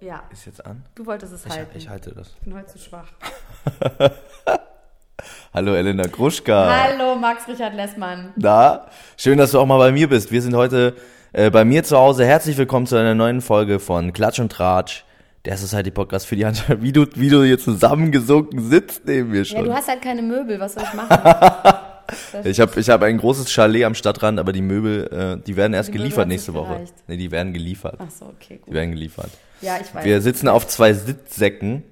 Ja, Ist jetzt an? du wolltest es halten. Ich halt- halte das. bin heute zu schwach. Hallo Elena Gruschka. Hallo, Max Richard Lessmann. Na, schön, dass du auch mal bei mir bist. Wir sind heute äh, bei mir zu Hause. Herzlich willkommen zu einer neuen Folge von Klatsch und Tratsch, der Society Podcast für die Handtasche. Wie du, wie du hier zusammengesunken sitzt neben mir Ja, schon. du hast halt keine Möbel, was soll ich machen? ich habe ich hab ein großes Chalet am Stadtrand, aber die Möbel, äh, die werden erst Die Möbel geliefert hat's nächste nicht Woche. gereicht. Nee, die werden geliefert. Ach so, okay, Die gut. werden geliefert. Ja, ich weiß. Wir sitzen auf zwei Sitzsäcken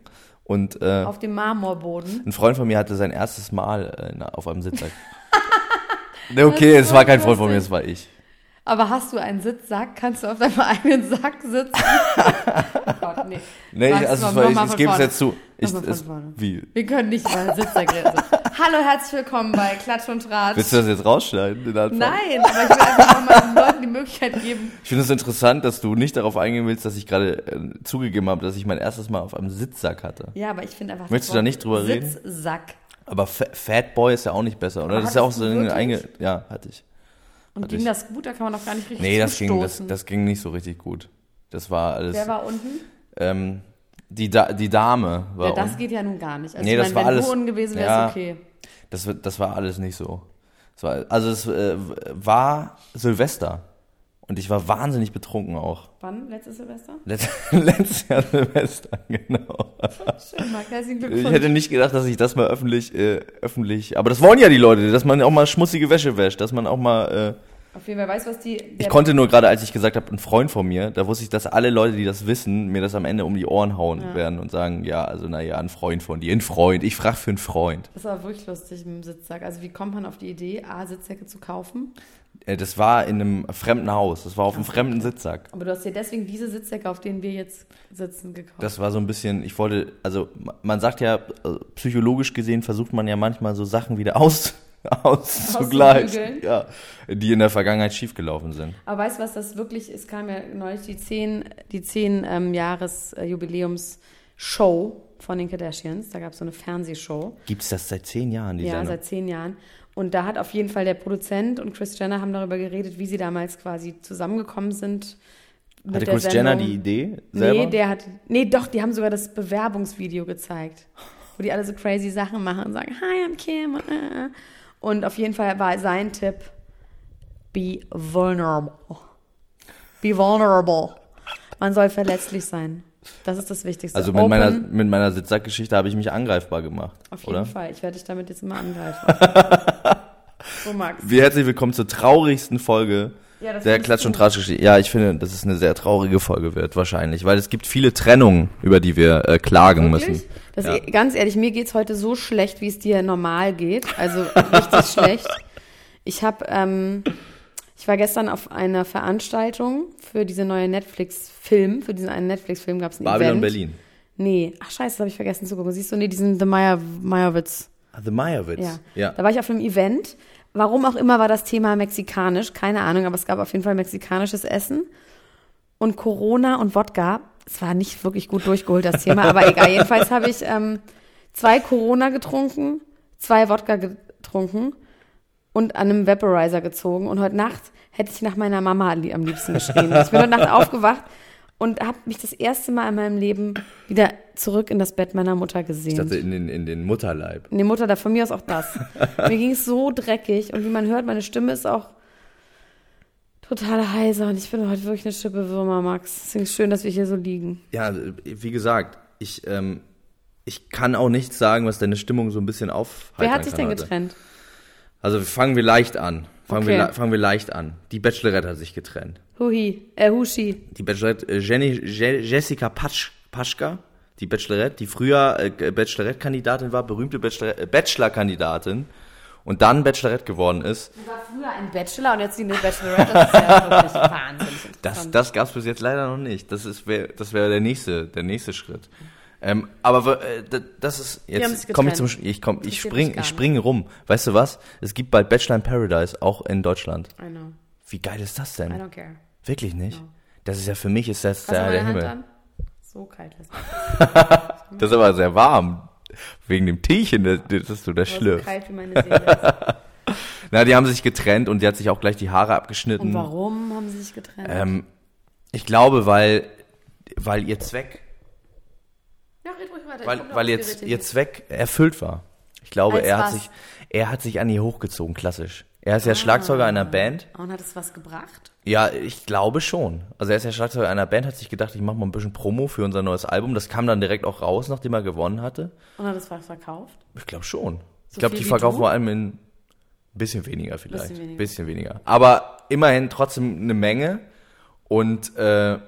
und äh, Auf dem Marmorboden. Ein Freund von mir hatte sein erstes Mal äh, na- auf einem Sitzsack. Ne, okay, es war kein Freund von mir, es war ich. Aber hast du einen Sitzsack? Kannst du auf deinem eigenen Sack sitzen? oh Gott, nee. Nee, Max, ich, also es noch- war noch ich, mal ich von gebe es vorne. jetzt zu. Ich, Noch mal von es, vorne. wie? Wir können nicht über einen Sitzsack reden. Hallo, herzlich willkommen bei Klatsch und Tratsch. Willst du das jetzt rausschneiden? Den Anfang? Nein, aber ich will einfach mal den Leuten die Möglichkeit geben. Ich finde es interessant, dass du nicht darauf eingehen willst, dass ich gerade äh, zugegeben habe, dass ich mein erstes Mal auf einem Sitzsack hatte. Ja, aber ich finde einfach. das Möchtest du Wort da nicht drüber reden? Sitzsack. Aber Fa- Fatboy ist ja auch nicht besser, oder? das ist ja auch hattest so du eine wirklich? einge. Ja, hatte ich. Und Hatte ging ich. das gut? Da kann man doch gar nicht richtig Nee, das ging, das, zustoßen. das ging nicht so richtig gut. Das war alles. Wer war unten? ähm, die, da die Dame war. um, Ja, das un- geht ja nun gar nicht. Also Nee, ich das meine, war wenn alles- du unten gewesen wärst, Ja. okay. Das, war- das war alles nicht so. Es war, also es äh, war Silvester und ich war wahnsinnig betrunken auch. Wann? Letztes Silvester? Letz, letztes Jahr Silvester, genau. Schön, Marc, herzlichen Ich Glückwunsch. hätte nicht gedacht, dass ich das mal öffentlich, äh, öffentlich, aber das wollen ja die Leute, dass man auch mal schmutzige Wäsche wäscht, dass man auch mal, äh, Auf jeden Fall weiß, was die. Der, ich konnte nur gerade, als ich gesagt habe, ein Freund von mir, da wusste ich, dass alle Leute, die das wissen, mir das am Ende um die Ohren hauen werden und sagen, ja, also naja, ein Freund von dir, ein Freund, ich frage für einen Freund. das war wirklich lustig mit dem Sitzsack. Also, wie kommt man auf die Idee, A, Sitzsäcke zu kaufen? Äh, das war in einem fremden Haus, das war auf einem fremden Sitzsack. Aber du hast dir deswegen diese Sitzsäcke, auf denen wir jetzt sitzen, gekauft. Das war so ein bisschen, ich wollte, also ma- man sagt ja, also psychologisch gesehen versucht man ja manchmal so Sachen wieder aus, auszugleichen, Auszubügeln. ja, die in der Vergangenheit schiefgelaufen sind. Aber weißt du, was das wirklich ist? Es kam ja neulich die 10, die 10 ähm, Jahres äh, Jubiläums-Show von den Kardashians. Da gab es so eine Fernsehshow. Gibt's das seit zehn Jahren, die Ja, Sendung? seit zehn Jahren. Und da hat auf jeden Fall der Produzent und Chris Jenner haben darüber geredet, wie sie damals quasi zusammengekommen sind. Mit Hatte Chris Jenner die Idee selber? Nee, der hat, nee, doch, die haben sogar das Bewerbungsvideo gezeigt, wo die alle so crazy Sachen machen und sagen, hi, I'm Kim. und, äh, äh. Und auf jeden Fall war sein Tipp, be vulnerable. Be vulnerable. Man soll verletzlich sein. Das ist das Wichtigste. also mit meiner, Open, mit meiner Sitzsackgeschichte habe ich mich angreifbar gemacht, auf jeden oder? Fall. Ich werde dich damit jetzt immer angreifen. so, Max. Wir herzlich willkommen zur traurigsten Folge Ja, das der findest Klatsch- du. und Tratschgeschichte. Ja, ich finde, dass es eine sehr traurige Folge wird, wahrscheinlich, weil es gibt viele Trennungen, über die wir äh, klagen Wirklich? müssen. Das, Ja. Ganz ehrlich, mir geht's heute so schlecht, wie es dir normal geht. Also richtig schlecht. Ich habe, ähm, ich war gestern auf einer Veranstaltung für diese neue Netflix-Film. Für diesen einen Netflix-Film gab's ein Babylon Event. Berlin. Nee, ach scheiße, das habe ich vergessen zu gucken. Siehst du, nee, diesen The Meyer, Meyerowitz. Ah, The Meyerowitz. Ja. ja. Da war ich auf einem Event. Warum auch immer war das Thema mexikanisch, keine Ahnung, aber es gab auf jeden Fall mexikanisches Essen und Corona und Wodka. Es war nicht wirklich gut durchgeholt, das Thema, aber egal. Jedenfalls habe ich ähm, zwei Corona getrunken, zwei Wodka getrunken und an einem Vaporizer gezogen. Und heute Nacht hätte ich nach meiner Mama li- am liebsten geschrien. Ich bin heute Nacht aufgewacht und habe mich das erste Mal in meinem Leben wieder zurück in das Bett meiner Mutter gesehen. Ich dachte, in den, in den Mutterleib. Nee, Mutter, da von mir aus auch das. Mir ging es so dreckig und wie man hört, meine Stimme ist auch total heiser und ich bin heute wirklich eine Schippe Würmer, Max. Deswegen ist schön, dass wir hier so liegen. Ja, wie gesagt, ich, ähm, ich kann auch nichts sagen, was deine Stimmung so ein bisschen aufheitern Wer hat kann sich denn heute. getrennt? Also fangen wir leicht an. Fangen, Okay. wir, le- fangen wir leicht an. Die Bachelorette hat sich getrennt. Huhi, äh, Hushi. Die Bachelorette, äh, Jenny, Je, Jessica Patsch, Paschka, die Bachelorette, die früher äh, Bachelorette-Kandidatin war, berühmte Bachelor- äh, Bachelor-Kandidatin und dann Bachelorette geworden ist. Sie war früher ein Bachelor und jetzt sie eine Bachelorette. Das ist ja wirklich wahnsinnig. Das, das gab es bis jetzt leider noch nicht. Das ist, wär, das wäre der nächste, der nächste Schritt. Ähm, aber w- äh, d- das ist haben sich jetzt komme ich zum getrennt. Sch- ich komm, ich Interessiert spring mich gar ich nicht. springe rum. Weißt du was? Es gibt bald Bachelor in Paradise auch in Deutschland. I know. Wie geil ist das I denn? don't care. Wirklich nicht? Das ist ja für mich ist das Hast du der, der meine Hand Himmel. an? So kalt ist es. Das ist aber sehr warm wegen dem Teechen, das, das ist so der Aber So Schliff. kalt wie meine Seele. Na, die haben sich getrennt und die hat sich auch gleich die Haare abgeschnitten. Und warum haben sie sich getrennt? Ähm, ich glaube, weil weil ihr Zweck ja, red ruhig weiter. weil, weil jetzt ihr Zweck erfüllt war. Ich glaube, Als er hat was? Ah. sich er hat sich an ihr hochgezogen, klassisch. Er ist ja Schlagzeuger einer Band. Und hat es was gebracht? Ja, ich glaube schon. Also er ist ja Schlagzeuger einer Band, hat sich gedacht, ich mache mal ein bisschen Promo für unser neues Album. Das kam dann direkt auch raus, nachdem er gewonnen hatte. Und hat es was verkauft? Ich glaube schon. ich glaube, viel die wie verkaufen du? vor allem in ein bisschen weniger vielleicht. Bisschen Bisschen weniger. weniger. Aber immerhin trotzdem eine Menge. Und äh,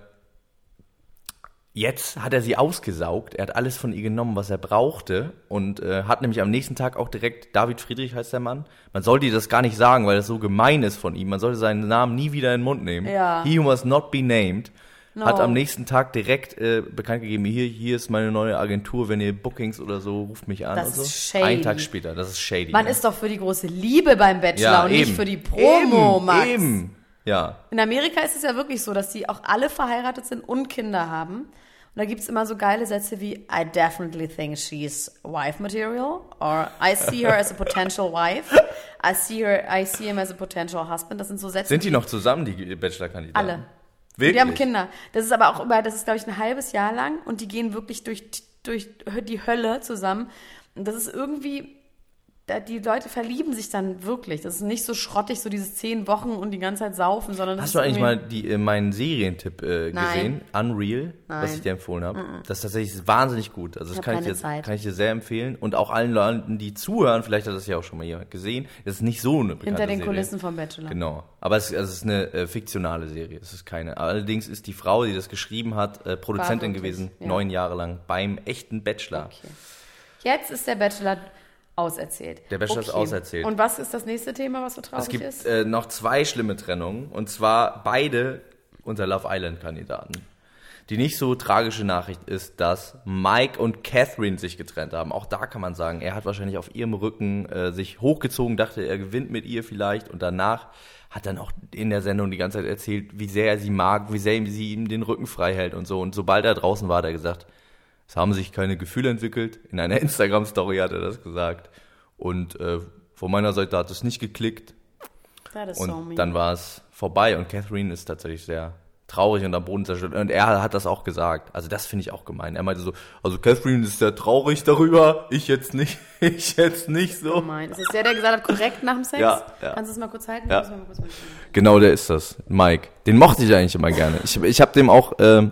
jetzt hat er sie ausgesaugt. Er hat alles von ihr genommen, was er brauchte. Und äh, hat nämlich am nächsten Tag auch direkt, David Friedrich heißt der Mann. Man sollte ihr das gar nicht sagen, weil das so gemein ist von ihm. Man sollte seinen Namen nie wieder in den Mund nehmen. Ja. He who must not be named. No. Hat am nächsten Tag direkt äh, bekannt gegeben, hier, hier ist meine neue Agentur, wenn ihr Bookings oder so, ruft mich an Das und so. ist shady. Einen Tag später, das ist shady. Man ne? ist doch für die große Liebe beim Bachelor und nicht für die Promo, eben, Max. Eben. Ja. In Amerika ist es ja wirklich so, dass die auch alle verheiratet sind und Kinder haben. Und da gibt's immer so geile Sätze wie I definitely think she's wife material or I see her as a potential wife. I see her, I see him as a potential husband. Das sind so Sätze. Sind die noch zusammen, die Bachelor-Kandidaten? Alle. Wirklich? Die haben Kinder. Das ist aber auch über, das ist glaube ich ein halbes Jahr lang und die gehen wirklich durch, durch die Hölle zusammen. Und das ist irgendwie, da- die Leute verlieben sich dann wirklich. Das ist nicht so schrottig, so dieses zehn Wochen und die ganze Zeit saufen, sondern das Hast ist du eigentlich mal irgendwie- die, äh, meinen Serientipp äh, Nein. gesehen? Unreal, was ich dir empfohlen habe. Das ist tatsächlich wahnsinnig gut. Also das hab kann ich, keine dir, Zeit. kann ich dir sehr empfehlen. Und auch allen Leuten, die zuhören, vielleicht hat das ja auch schon mal jemand gesehen. Das ist nicht so eine bekannte hinter den Serie. Kulissen vom Bachelor. Genau. Aber es, also es ist eine äh, fiktionale Serie, es ist keine. Allerdings ist die Frau, die das geschrieben hat, äh, Produzentin wirklich, gewesen, ja. neun Jahre lang, beim echten Bachelor. Okay. Jetzt ist der Bachelor auserzählt. Der Bachelor ist auserzählt. Und was ist das nächste Thema, was so traurig Es gibt ist? äh, noch zwei schlimme Trennungen und zwar beide unter Love Island-Kandidaten. Die nicht so tragische Nachricht ist, dass Mike und Catherine sich getrennt haben. Auch da kann man sagen, er hat wahrscheinlich auf ihrem Rücken äh, sich hochgezogen, dachte, er gewinnt mit ihr vielleicht und danach hat dann auch in der Sendung die ganze Zeit erzählt, wie sehr er sie mag, wie sehr ihm- sie ihm den Rücken frei hält und so. Und sobald er draußen war, hat er gesagt, es haben sich keine Gefühle entwickelt. In einer Instagram-Story hat er das gesagt. Und äh, von meiner Seite hat es nicht geklickt. That is so Und mean. dann war es vorbei und Catherine ist tatsächlich sehr traurig und am Boden zerstört. Und er hat das auch gesagt. Also das finde ich auch gemein. Er meinte so, also Catherine ist sehr traurig darüber, ich jetzt nicht, ich jetzt nicht so. Gemein. Oh Ist das der, der gesagt hat, korrekt nach dem Sex? Ja, ja. Kannst du es mal kurz halten? Ja. Muss man mal kurz mitnehmen. Genau, der ist das, Mike. Den mochte ich eigentlich immer gerne. Ich, ich habe dem auch, ähm,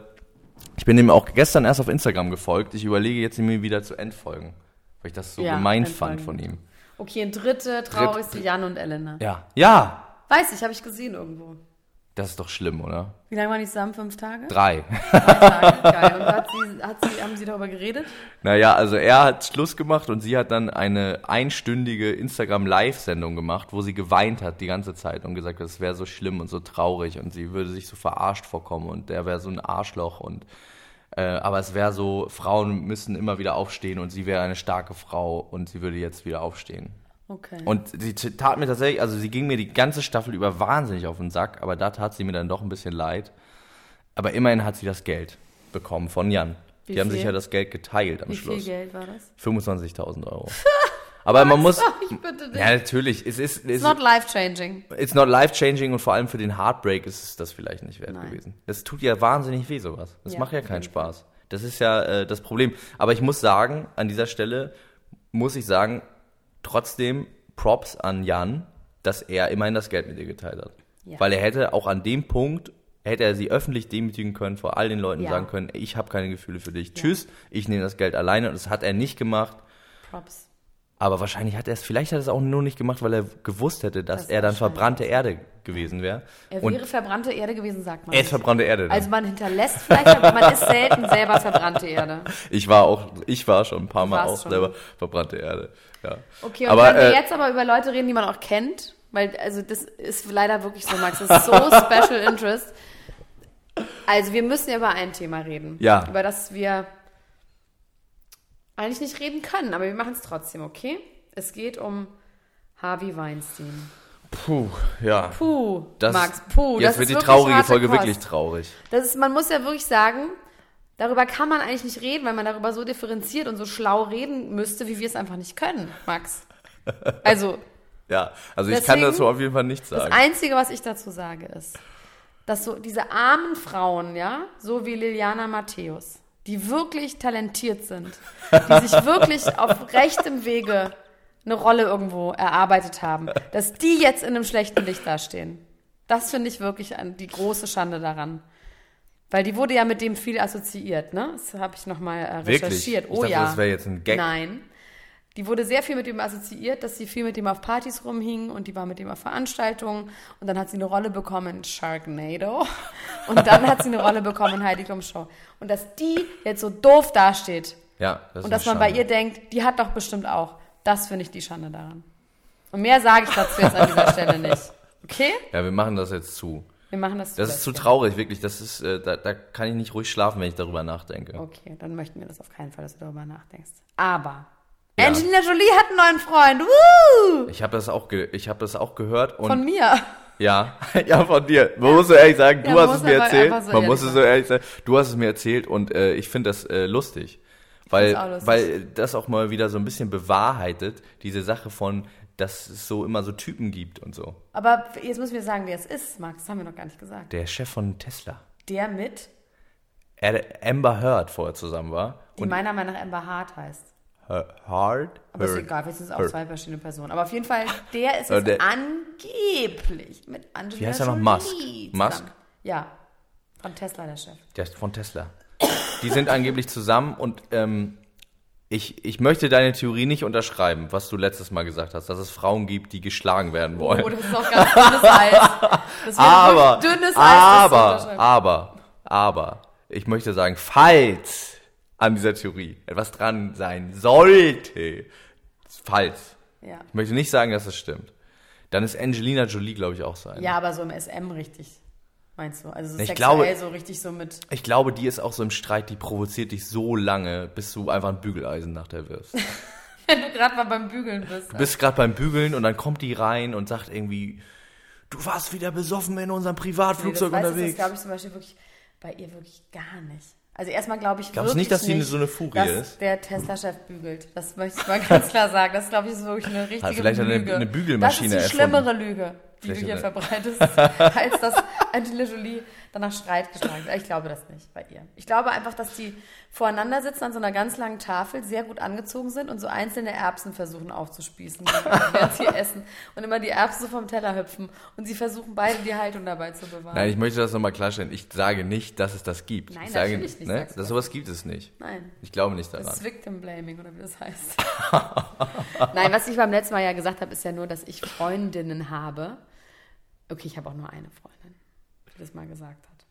ich bin dem auch gestern erst auf Instagram gefolgt. Ich überlege jetzt, ihm wieder zu entfolgen, weil ich das so Ja, gemein entfolgen. fand von ihm. Okay, und dritte traurigste Jan und Elena. Ja, ja, Weiß ich, habe ich gesehen irgendwo. das ist doch schlimm, oder? Wie lange waren die zusammen? Fünf Tage? Drei. Drei Tage. Geil. Und hat sie, hat sie, haben sie darüber geredet? Naja, also er hat Schluss gemacht und sie hat dann eine einstündige Instagram-Live-Sendung gemacht, wo sie geweint hat die ganze Zeit und gesagt hat, es wäre so schlimm und so traurig und sie würde sich so verarscht vorkommen und der wäre so ein Arschloch und äh, aber es wäre so, Frauen müssen immer wieder aufstehen und sie wäre eine starke Frau und sie würde jetzt wieder aufstehen. Okay. Und sie t- tat mir tatsächlich, also sie ging mir die ganze Staffel über wahnsinnig auf den Sack, aber da tat sie mir dann doch ein bisschen leid. Aber immerhin hat sie das Geld bekommen von Jan. Wie die haben viel? sich ja das Geld geteilt am Wie viel Schluss. Geld war das? 25.000 Euro. Aber man muss. Sag ich bitte nicht. Ja, natürlich. Es ist, es It's not life changing. it's not life changing und vor allem für den Heartbreak ist es das vielleicht nicht wert Nein. gewesen. Das tut ja wahnsinnig weh sowas. Das Ja, macht ja auf keinen Spaß. Das ist ja äh, das Problem. Aber ich muss sagen, an dieser Stelle muss ich sagen, trotzdem Props an Jan, dass er immerhin das Geld mit ihr geteilt hat. Ja. Weil er hätte auch an dem Punkt hätte er sie öffentlich demütigen können vor all den Leuten und Ja. sagen können, ich habe keine Gefühle für dich. Tschüss, ich nehme das Geld alleine und das hat er nicht gemacht. Props. Aber wahrscheinlich hat er es, vielleicht hat er es auch nur nicht gemacht, weil er gewusst hätte, dass Das er dann wahrscheinlich. verbrannte Erde gewesen wäre. Er Und wäre verbrannte Erde gewesen, sagt man. er ist nicht. verbrannte Erde. Dann. Also man hinterlässt vielleicht, aber man ist selten selber verbrannte Erde. ich war auch, ich war schon ein paar Mal warst auch schon. selber verbrannte Erde. Ja. Okay, und aber wenn wir äh, jetzt aber über Leute reden, die man auch kennt, weil also das ist leider wirklich so, Max, das ist so Special Interest. Also wir müssen ja über ein Thema reden, Ja. über das wir eigentlich nicht reden können, aber wir machen es trotzdem, okay? Es geht um Harvey Weinstein. puh, ja. Puh, Das, Max, puh, jetzt das wird ist die wirklich traurige harte Folge Kost. wirklich traurig. Das ist, man muss ja wirklich sagen, darüber kann man eigentlich nicht reden, weil man darüber so differenziert und so schlau reden müsste, wie wir es einfach nicht können, Max. Also, Ja, also ich kann Deswegen- dazu auf jeden Fall nichts das sagen. Einzige, was ich dazu sage, ist, dass so diese armen Frauen, ja, so wie Liliana Matthäus, die wirklich talentiert sind, die sich wirklich auf rechtem Wege eine Rolle irgendwo erarbeitet haben, dass die jetzt in einem schlechten Licht dastehen. Das finde ich wirklich an, die große Schande daran. Weil die wurde ja mit dem viel assoziiert, ne? Das habe ich nochmal äh, Wirklich? recherchiert. Ich Oh dachte, ja. das wäre jetzt ein Gag. Nein. Die wurde sehr viel mit ihm assoziiert, dass sie viel mit ihm auf Partys rumhing und die war mit ihm auf Veranstaltungen und dann hat sie eine Rolle bekommen in Sharknado und dann hat sie eine Rolle bekommen in Heidi Klum Show. Und dass die jetzt so doof dasteht ja, das ist und dass man eine bei Schande. ihr denkt, die hat doch bestimmt auch. Das finde ich die Schande daran. Und mehr sage ich dazu jetzt an dieser Stelle nicht. Okay? Ja, wir machen das jetzt zu. Wir machen das zu. Das ist zu Lesben. traurig, wirklich. Das ist, äh, da, da kann ich nicht ruhig schlafen, wenn ich darüber nachdenke. Okay, dann möchten wir das auf keinen Fall, dass du darüber nachdenkst. Aber Angelina Jolie hat einen neuen Freund. Woo! Ich habe das auch, ge ich habe das auch gehört und Von mir. Ja, ja, von dir. Man muss so ehrlich sagen, du Ja, man hast es muss mir aber erzählt. einfach so man muss ehrlich es so ehrlich sagen. Du hast es mir erzählt und äh, ich finde das äh, lustig. Weil, find's auch lustig. weil das auch mal wieder so ein bisschen bewahrheitet, diese Sache von, dass es so immer so Typen gibt und so. Aber jetzt müssen wir sagen, wer es ist, Max. Das haben wir noch gar nicht gesagt. Der Chef von Tesla, Der mit, er, Amber Heard vorher zusammen war. die meiner Meinung nach Amber Hart heißt. Her- Heard? Aber ist Heard. egal, vielleicht sind es auch Heard. zwei verschiedene Personen. Aber auf jeden Fall, der ist Äh, jetzt der- angeblich mit Angelina Wie heißt er noch? Jolie Musk. zusammen. Musk? Ja, von Tesla der Chef. Der ist von Tesla. Die sind angeblich zusammen und ähm, ich, ich möchte deine Theorie nicht unterschreiben, was du letztes Mal gesagt hast, dass es Frauen gibt, die geschlagen werden wollen. Oh, das ist auch ganz dünnes Eis. Das wäre aber, wirklich dünnes Eis. das zu aber, unterschreiben. aber, aber, ich möchte sagen, falls an dieser Theorie etwas dran sein sollte, falls, ja. ich möchte nicht sagen, dass es stimmt, dann ist Angelina Jolie, glaube ich, auch so eine. ja, aber so im SM richtig, meinst du? Also so Ich sexuell glaube- so richtig so mit... Ich glaube, die ist auch so im Streit, die provoziert dich so lange, bis du einfach ein Bügeleisen nach der wirst. Wenn du gerade mal beim Bügeln bist. Du bist gerade beim Bügeln und dann kommt die rein und sagt irgendwie, du warst wieder besoffen in unserem Privatflugzeug das weiß ich, unterwegs. Das glaube ich zum Beispiel wirklich bei ihr wirklich gar nicht. Also erstmal glaube ich Glaubst du nicht, wirklich dass die so eine Furie dass ist? der Tesla-Chef bügelt. Das möchte ich mal ganz klar sagen. Das glaube ich ist wirklich eine richtige Also vielleicht hat er Lüge. eine- eine Bügelmaschine Das ist die erfunden. schlimmere Lüge, die Vielleicht du hier hat verbreitest, als dass Angela Jolie danach Streit geschlagen hat. Ich glaube das nicht bei ihr. Ich glaube einfach, dass die voreinander sitzen an so einer ganz langen Tafel, sehr gut angezogen sind und so einzelne Erbsen versuchen aufzuspießen, während sie essen und immer die Erbsen so vom Teller hüpfen und sie versuchen beide die Haltung dabei zu bewahren. Nein, ich möchte das nochmal klarstellen. Ich sage nicht, dass es das gibt. Nein, ich sage, natürlich nicht, Ne? sagst du. Das sowas gibt es nicht. Nein. Ich glaube nicht daran. Das ist Victim Blaming oder wie das heißt. Nein, was ich beim letzten Mal ja gesagt habe, ist ja nur, dass ich Freundinnen habe. Okay, ich habe auch nur eine Freundin, die das mal gesagt hat,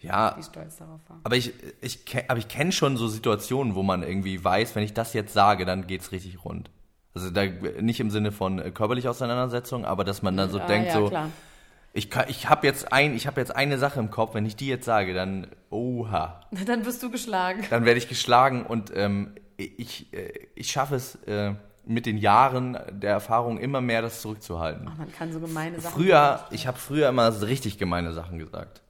ja, die stolz darauf war. aber ich, ich, ke- aber ich kenne schon so Situationen, wo man irgendwie weiß, wenn ich das jetzt sage, dann geht's richtig rund. Also da, nicht im Sinne von äh, körperlicher Auseinandersetzung, aber dass man dann so Ah, denkt, ja, so, klar. ich, kann- ich habe jetzt, ein, ich hab jetzt eine Sache im Kopf, wenn ich die jetzt sage, dann, oha. Dann wirst du geschlagen. dann werde ich geschlagen und ähm, ich, äh, ich schaffe es äh, mit den Jahren der Erfahrung immer mehr, das zurückzuhalten. Ach, man Oh kann so gemeine Sachen. Früher, ich habe früher immer so richtig gemeine Sachen gesagt,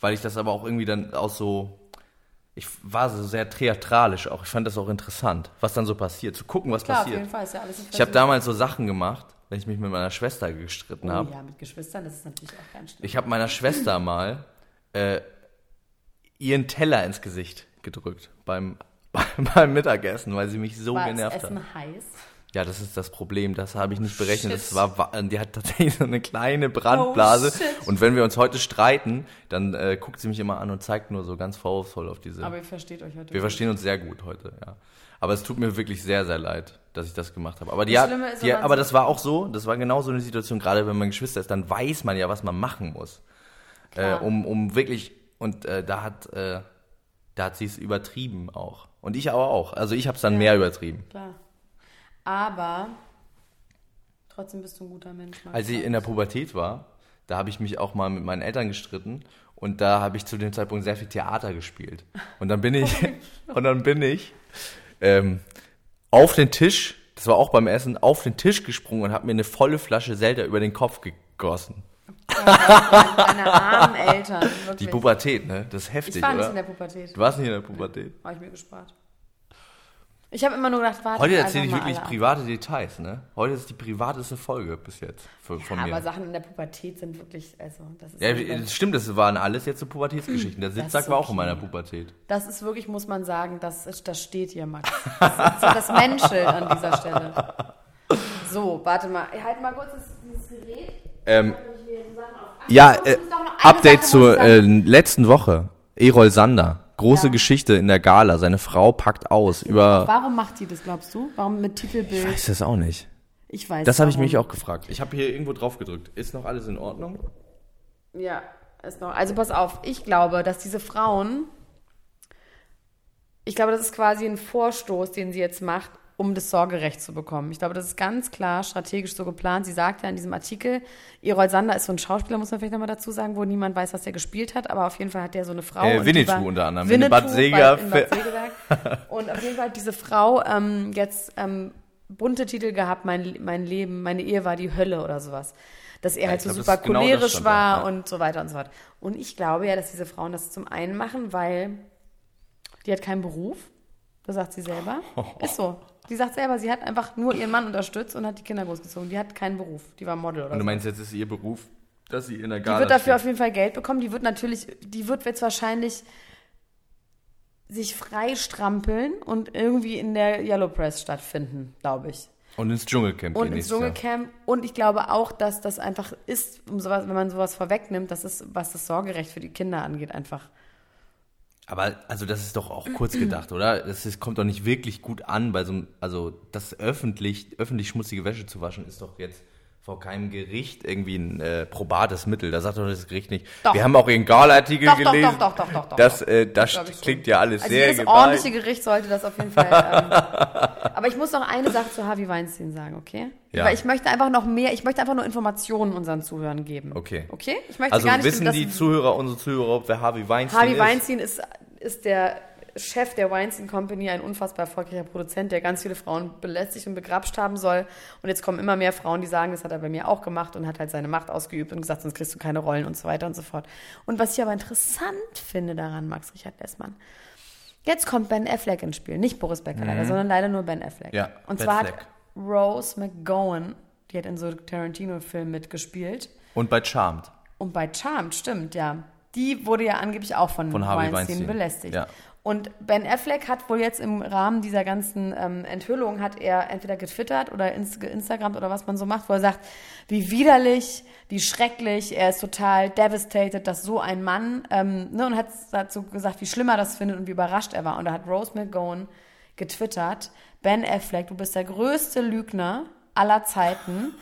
weil ich das aber auch irgendwie dann aus so ich war so sehr theatralisch auch. Ich fand das auch interessant, was dann so passiert, zu gucken, was Klar, auf passiert. jeden Fall ist ja alles ein Ich habe Versuch. damals so Sachen gemacht, wenn ich mich mit meiner Schwester gestritten habe. Oh ja, mit Geschwistern, das ist natürlich auch ganz schlimm. Ich habe meiner Schwester mal äh, ihren Teller ins Gesicht gedrückt beim, beim Mittagessen, weil sie mich so War das genervt hat. Essen heiß? Ja, das ist das Problem. Das habe ich nicht berechnet. Oh, shit. Das war, wa- die hat tatsächlich so eine kleine Brandblase. Oh, shit. und wenn wir uns heute streiten, dann äh, guckt sie mich immer an und zeigt nur so ganz vorwurfsvoll auf diese. Aber ihr versteht euch heute. wir gut. verstehen uns sehr gut heute, ja. Aber es tut mir wirklich sehr, sehr leid, dass ich das gemacht habe. Aber die, Das hat- Schlimme ist, die, wenn hat- man aber so- das war auch so, das war genau so eine Situation, gerade wenn man Geschwister ist, dann weiß man ja, was man machen muss. Äh, Klar. um, um wirklich, und äh, da hat, äh, da hat sie es übertrieben auch. Und ich aber auch. Also ich habe es dann mehr übertrieben. Klar. Aber trotzdem bist du ein guter Mensch. Max. Als ich in der Pubertät war, da habe ich mich auch mal mit meinen Eltern gestritten und da habe ich zu dem Zeitpunkt sehr viel Theater gespielt. Und dann bin ich, und dann bin ich ähm, auf den Tisch, das war auch beim Essen, auf den Tisch gesprungen und habe mir eine volle Flasche Zelda über den Kopf gegossen. Deine armen Eltern. Wirklich. Die Pubertät, ne? Das ist heftig, Ich war nicht oder? in der Pubertät. du warst nicht in der Pubertät. Habe ich mir gespart. Ich habe immer nur gedacht, warte. Heute einfach erzähle ich mal wirklich alle ab. private Details, ne? Heute ist die privateste Folge bis jetzt für, von Aber mir. Sachen in der Pubertät sind wirklich, also das ist, Ja, wirklich, das stimmt, das waren alles jetzt so Pubertätsgeschichten. Der ist Sitzsack so war auch in schlimm. meiner Pubertät. das ist wirklich, muss man sagen, das, ist, das steht hier, Max. Das ist so das Menschel an dieser Stelle. So, warte mal, halt mal kurz das, dieses Gerät. Ähm, Ich will Sachen auf- Ach, Ja, doch, äh, es ist doch noch eine Update Sache, muss zur ich sagen. äh, letzten Woche. Erol Sander. Große Ja. Geschichte in der Gala. Seine Frau packt aus über. Warum macht die das, glaubst du? Warum mit Titelbild? Ich weiß das auch nicht. Ich weiß Das habe ich warum. mich auch gefragt. Ich habe hier irgendwo drauf gedrückt. Ist noch alles in Ordnung? Ja, ist noch. Also pass auf, ich glaube, dass diese Frauen, ich glaube, das ist quasi ein Vorstoß, den sie jetzt macht, um das Sorgerecht zu bekommen. Ich glaube, das ist ganz klar strategisch so geplant. Sie sagt ja in diesem Artikel, Erol Sander ist so ein Schauspieler, muss man vielleicht nochmal dazu sagen, wo niemand weiß, was der gespielt hat, aber auf jeden Fall hat der so eine Frau. Äh, und die Winnetou war- unter anderem, in Winnetou, Bad Bad Segeberg. in Bad Segeberg. und auf jeden Fall hat diese Frau ähm, jetzt ähm, bunte Titel gehabt, mein, mein Leben, meine Ehe war die Hölle oder sowas. Dass er halt ich so glaub, das super ist genau das cholerisch stand da, war ja. und so weiter und so fort. Und ich glaube ja, dass diese Frauen das zum einen machen, weil die hat keinen Beruf. Das sagt sie selber. Ist so. Die sagt selber, sie hat einfach nur ihren Mann unterstützt und hat die Kinder großgezogen. Die hat keinen Beruf. Die war Model oder Und du so. meinst, jetzt ist ihr Beruf, dass sie in der Die Gala wird dafür auf steht. jeden Fall Geld bekommen. Die wird natürlich, die wird jetzt wahrscheinlich sich freistrampeln und irgendwie in der Yellow Press stattfinden, glaube ich. Und ins Dschungelcamp Und gehen nächstes ins Jahr. Dschungelcamp. Und ich glaube auch, dass das einfach ist, um sowas, wenn man sowas vorwegnimmt, das ist, was das Sorgerecht für die Kinder angeht, einfach. Aber also das ist doch auch kurz gedacht, oder? Das ist, kommt doch nicht wirklich gut an bei so einem, also das öffentlich, öffentlich schmutzige Wäsche zu waschen ist doch jetzt vor keinem Gericht irgendwie ein äh, probates Mittel. Da sagt doch das Gericht nicht. Doch. Wir haben auch ihren Gala-Artikel Doch, doch, gelesen. doch, doch, doch, doch, doch, Das, äh, das glaub ich schon. klingt ja alles Also sehr jedes gemein. ordentliche Gericht sollte das auf jeden Fall. Ähm, aber ich muss noch eine Sache zu Harvey Weinstein sagen, okay? Ja. Weil ich möchte einfach noch mehr, ich möchte einfach nur Informationen unseren Zuhörern geben. Okay. Okay? Ich möchte Also gar nicht, wissen dass- die Zuhörer, unsere Zuhörer, wer Harvey Weinstein Harvey ist? Weinstein ist, ist der Chef der Weinstein Company, ein unfassbar erfolgreicher Produzent, der ganz viele Frauen belästigt und begrapscht haben soll. Und jetzt kommen immer mehr Frauen, die sagen, das hat er bei mir auch gemacht und hat halt seine Macht ausgeübt und gesagt, sonst kriegst du keine Rollen und so weiter und so fort. Und was ich aber interessant finde daran, Max Richard Lessmann, jetzt kommt Ben Affleck ins Spiel. Nicht Boris Becker leider, sondern leider nur Ben Affleck. Mhm. Ja, und Ben zwar hat Affleck. Rose McGowan, die hat in so Tarantino-Filmen mitgespielt. Und bei Charmed. Und bei Charmed, stimmt, ja. Die wurde ja angeblich auch von, Von Harvey Weinstein, Weinstein, belästigt. ja. Und Ben Affleck hat wohl jetzt im Rahmen dieser ganzen ähm, Enthüllung, hat er entweder getwittert oder Inst Instagram oder was man so macht, wo er sagt, wie widerlich, wie schrecklich, er ist total devastated, dass so ein Mann, ähm, ne, und hat dazu gesagt, wie schlimm er das findet und wie überrascht er war. Und da hat Rose McGowan getwittert, Ben Affleck, du bist der größte Lügner aller Zeiten.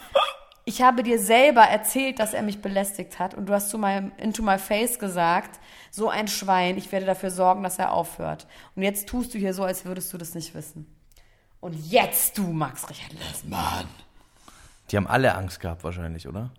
Ich habe dir selber erzählt, dass er mich belästigt hat und du hast zu meinem into my face gesagt, so ein Schwein, ich werde dafür sorgen, dass er aufhört. Und jetzt tust du hier so, als würdest du das nicht wissen. Und jetzt du, Max Richard Lessmann. Die haben alle Angst gehabt wahrscheinlich, oder?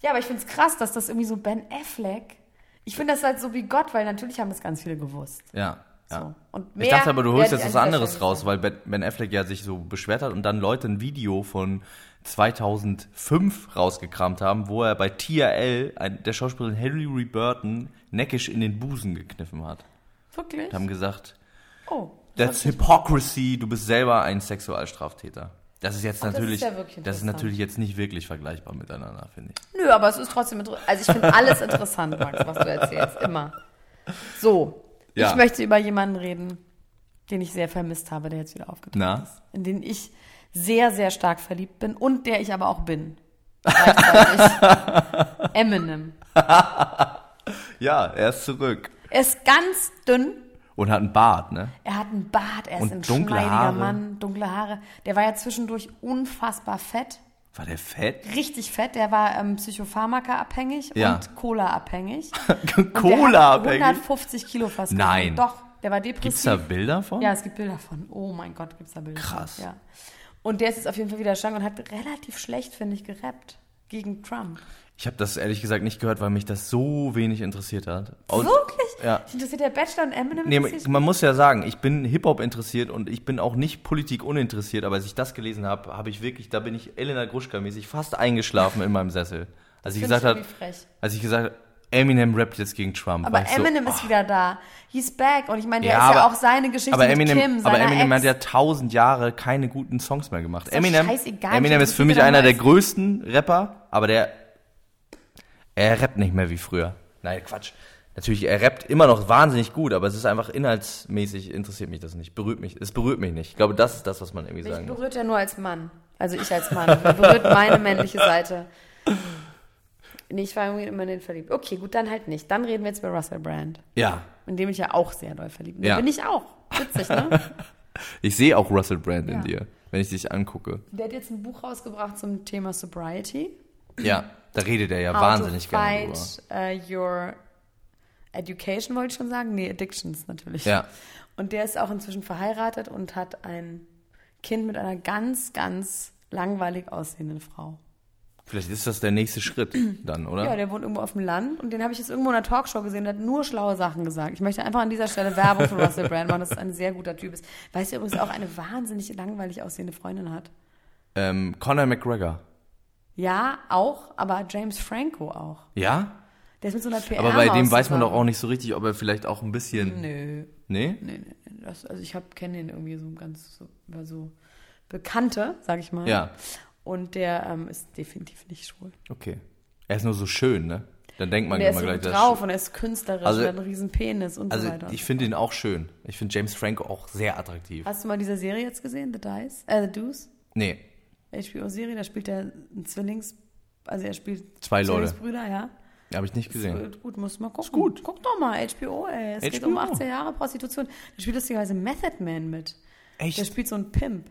Ja, aber ich finde es krass, dass das irgendwie so Ben Affleck. Ich finde das halt so wie Gott, weil natürlich haben das ganz viele gewusst. Ja. So. ja. Und ich mehr dachte aber, du holst werde jetzt ich was an dieser anderes Stelle raus, nicht weil Ben Ben Affleck ja sich so beschwert hat und dann Leute ein Video von 2005 rausgekramt haben, wo er bei TRL, ein, der Schauspielerin Hilary Burton, neckisch in den Busen gekniffen hat. sagen. Wirklich? und haben gesagt, Oh. that's hypocrisy, du bist selber ein Sexualstraftäter. Das ist jetzt das ist natürlich, ja wirklich das ist interessant. natürlich jetzt nicht wirklich vergleichbar miteinander, finde ich. Nö, aber es ist trotzdem interessant. Also ich finde alles interessant, Max, was du erzählst. Immer. So. Ja. Ich möchte über jemanden reden, den ich sehr vermisst habe, der jetzt wieder aufgetaucht Na? ist. In den ich sehr, sehr stark verliebt bin und der ich aber auch bin. Gleichzeitig. Eminem. Ja, er ist zurück. Er ist ganz dünn. Und hat einen Bart, ne? Er hat einen Bart, er ist Und ein dunkle schneidiger Haare. Mann, dunkle Haare. Der war ja zwischendurch unfassbar fett. War der fett? Richtig fett, der war ähm, Psychopharmaka abhängig Ja. und Cola abhängig. Cola Der hat abhängig. 150 Kilo fast. Nein. gewonnen. Doch, der war depressiv. Gibt's da Bilder von? Ja, es gibt Bilder von. Oh mein Gott, gibt's da Bilder Krass. Von. Ja. Und der ist jetzt auf jeden Fall wieder schlank und hat relativ schlecht, finde ich, gerappt. Gegen Trump. Ich habe das ehrlich gesagt nicht gehört, weil mich das so wenig interessiert hat. Au- Wirklich? Ja. Dich Interessiert der Bachelor und Eminem? Nee, interessiert man muss ja sagen, ich bin Hip-Hop interessiert und ich bin auch nicht Politik uninteressiert, aber als ich das gelesen habe, habe ich wirklich, da bin ich Elena Gruschka-mäßig fast eingeschlafen in meinem Sessel. Als ich Find ich gesagt habe, irgendwie frech. als ich gesagt habe, Eminem rappt jetzt gegen Trump. Aber war ich Eminem so, ist wieder da. He's back. Und ich meine, der Ja, ist ja aber- auch seine Geschichte aber mit Eminem, Kim, aber seiner Eminem Ex. hat ja tausend Jahre keine guten Songs mehr gemacht. doch Eminem, scheißegal, Eminem ich ist für mich interessiere einer mich der doch größten Rapper, aber der er rappt nicht mehr wie früher. Nein, Quatsch. Natürlich, er rappt immer noch wahnsinnig gut, aber es ist einfach inhaltsmäßig interessiert mich das nicht. Berührt mich, es berührt mich nicht. Ich glaube, das ist das, was man irgendwie Mich sagen muss. berührt ja nur als Mann. Also ich als Mann. Mich berührt meine männliche Seite. Nee, ich war irgendwie immer in den verliebt. Okay, gut, dann halt nicht. Dann reden wir jetzt über Russell Brand. Ja, In dem ich ja auch sehr doll verliebt bin. Ja. Ja. Bin ich auch. Witzig, ne? ich sehe auch Russell Brand in Ja. dir, wenn ich dich angucke. Der hat jetzt ein Buch rausgebracht zum Thema Sobriety. Ja, da redet er ja How wahnsinnig to gerne drüber. fight, äh, your education wollte ich schon sagen. Nee, addictions natürlich. Ja. Und der ist auch inzwischen verheiratet und hat ein Kind mit einer ganz, ganz langweilig aussehenden Frau. Vielleicht ist das der nächste Schritt dann, oder? Ja, der wohnt irgendwo auf dem Land und den habe ich jetzt irgendwo in einer Talkshow gesehen, der hat nur schlaue Sachen gesagt. Ich möchte einfach an dieser Stelle Werbung für Russell Brand machen, dass es ein sehr guter Typ ist. Weißt du übrigens auch eine wahnsinnig langweilig aussehende Freundin hat? ähm, Conor McGregor. Ja, auch, aber James Franco auch. Ja? Der ist mit so einer PR Aber bei dem weiß man doch auch nicht so richtig, ob er vielleicht auch ein bisschen. Nö, Nee? nee, nee, nee. Das, also ich hab- kenne den irgendwie so ganz so, über so Bekannte, sag ich mal. Ja. Und der ähm, ist definitiv nicht schwul. Okay. Er ist nur so schön, ne? Dann denkt man Und der immer ist so gleich, gut dass. drauf und er ist künstlerisch Also- und hat einen riesen Penis und Also so weiter. ich finde ihn auch schön. Ich finde James Franco auch sehr attraktiv. Hast du mal diese Serie jetzt gesehen, The Dice? Äh, The Deuce? Nee. HBO-Serie, da spielt er einen Zwillings... Also er spielt Zwei Leute. Zwillingsbrüder, ja. Habe ich nicht gesehen. Ist Äh, Gut, muss mal gucken. Ist gut. Guck doch mal, HBO, ey. Es geht HBO. um 18 Jahre Prostitution. Da spielt lustigerweise Method Man mit. Echt? Der spielt so einen Pimp.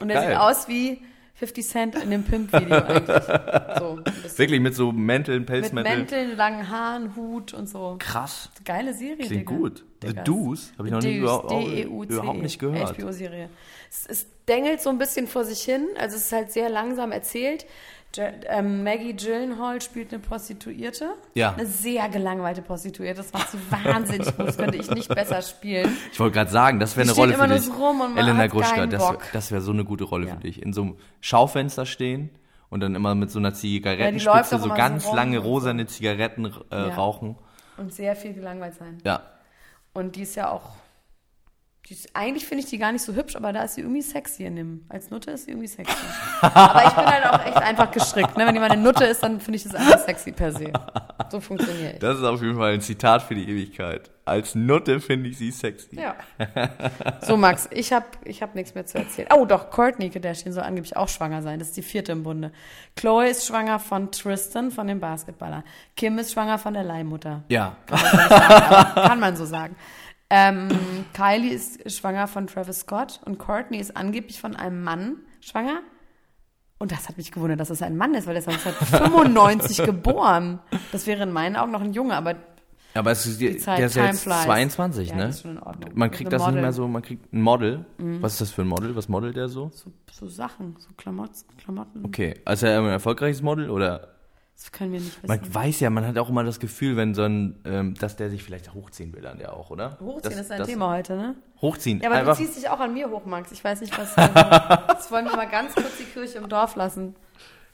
Und der Geil. sieht aus wie 50 Cent in dem Pimp-Video eigentlich. So, ein bisschen. Wirklich mit so Mänteln, Mit Pelzmänteln. Mänteln, langen Haaren, Hut und so. Krass. Geile Serie. Klingt Digga. gut. The Digga. Deuce habe ich noch nie Deuce, überhaupt, D-E-U-C-E, überhaupt nicht gehört. HBO-Serie. Es, es dengelt so ein bisschen vor sich hin, also es ist halt sehr langsam erzählt. Ja, ähm, Maggie Gyllenhaal spielt eine Prostituierte. Ja. Eine sehr gelangweilte Prostituierte. Das macht sie wahnsinnig gut. Das könnte ich nicht besser spielen. Ich wollte gerade sagen, das wäre Die eine steht Rolle immer für nur dich. so rum und man Elena hat Gruschka, keinen das, wär- Bock. das wäre so eine gute Rolle Ja. für dich. In so einem Schaufenster stehen und dann immer mit so einer läuft Zigarettenspitze doch so immer so ganz rum lange und so. rosane Zigaretten äh, Ja. rauchen. Und sehr viel gelangweilt sein. Ja. Und die ist ja auch. Die ist, eigentlich finde ich die gar nicht so hübsch, aber da ist sie irgendwie sexy in dem. Als Nutte ist sie irgendwie sexy. aber ich bin halt auch echt einfach gestrickt. Ne? Wenn jemand eine Nutte ist, dann finde ich das einfach sexy per se. So funktioniere ich. Das ist auf jeden Fall ein Zitat für die Ewigkeit. Als Nutte finde ich sie sexy. Ja. So, Max, ich habe ich hab nichts mehr zu erzählen. Oh, doch, Courtney Kardashian soll angeblich auch schwanger sein. Das ist die vierte im Bunde. Chloe ist schwanger von Tristan, von dem Basketballer. Kim ist schwanger von der Leihmutter. Ja. Kann man so sagen. Ähm, Kylie ist schwanger von Travis Scott und Courtney ist angeblich von einem Mann schwanger. Und das hat mich gewundert, dass das ein Mann ist, weil der ist 1995 geboren. Das wäre in meinen Augen noch ein Junge, aber Aber es ist, Zeit, der ist time jetzt flies. 22, Ja, ne? das ist schon in Ordnung. Man kriegt Eine das nicht Model. Mhm. mehr so, man kriegt ein Model. Was ist das für ein Model? Was modelt der so? so, so Sachen, so Klamotz, Klamotten, Okay, also er ein erfolgreiches Model oder? das können wir nicht wissen. Man weiß ja, man hat auch immer das Gefühl, wenn so ein, ähm, dass der sich vielleicht hochziehen will, dann der auch, oder? Hochziehen Das- ist ein das- Thema heute, ne? Hochziehen, Ja, aber einfach. du ziehst dich auch an mir hoch, Max. Ich weiß nicht, was. Jetzt wollen wir mal ganz kurz die Kirche im Dorf lassen.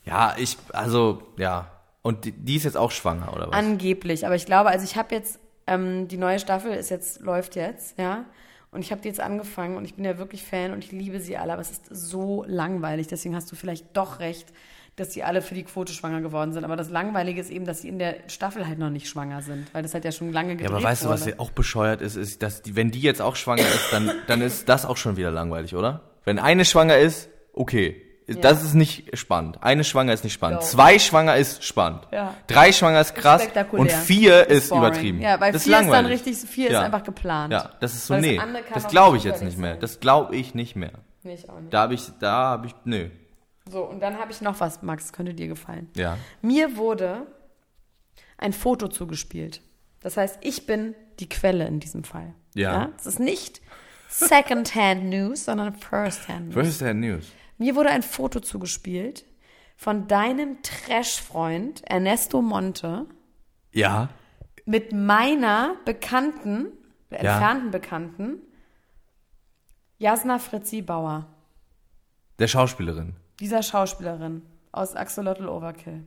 Ja, ich, also, ja. Und die, die ist jetzt auch schwanger, oder was? Angeblich, aber ich glaube, also ich habe jetzt Ähm, die neue Staffel ist jetzt, läuft jetzt, ja. Und ich habe die jetzt angefangen und ich bin ja wirklich Fan und ich liebe sie alle, aber es ist so langweilig. Deswegen hast du vielleicht doch recht, dass die alle für die Quote schwanger geworden sind. Aber das Langweilige ist eben, dass sie in der Staffel halt noch nicht schwanger sind, weil das halt ja schon lange Ja, gedreht aber weißt du, wurde. was hier auch bescheuert ist, ist, dass die, wenn die jetzt auch schwanger ist, dann, dann ist das auch schon wieder langweilig, oder? Wenn eine schwanger ist, okay. Das ist nicht spannend. Eine schwanger ist nicht spannend. So. Zwei schwanger ist spannend. Ja. Drei schwanger ist krass. spektakulär. Und vier ist, boring. übertrieben. Ja, weil das vier ist dann langweilig. richtig- vier ist einfach geplant. Ja, das ist so, Weil das nee. andere kann Das auch glaube ich nicht jetzt nicht langweilig mehr. sein. Das glaube ich nicht mehr. Nee, ich auch nicht. Da habe ich, da habe ich, nö. So, und dann habe ich noch was, Max, könnte dir gefallen. Ja. Mir wurde ein Foto zugespielt. Das heißt, ich bin die Quelle in diesem Fall. Ja. Es ist nicht Secondhand News, sondern Firsthand News. First Hand News. Mir wurde ein Foto zugespielt von deinem Trash-Freund Ernesto Monte Ja. mit meiner Bekannten, entfernten Bekannten, Jasna Fritzi Bauer, Der Schauspielerin. dieser Schauspielerin aus Axolotl Overkill.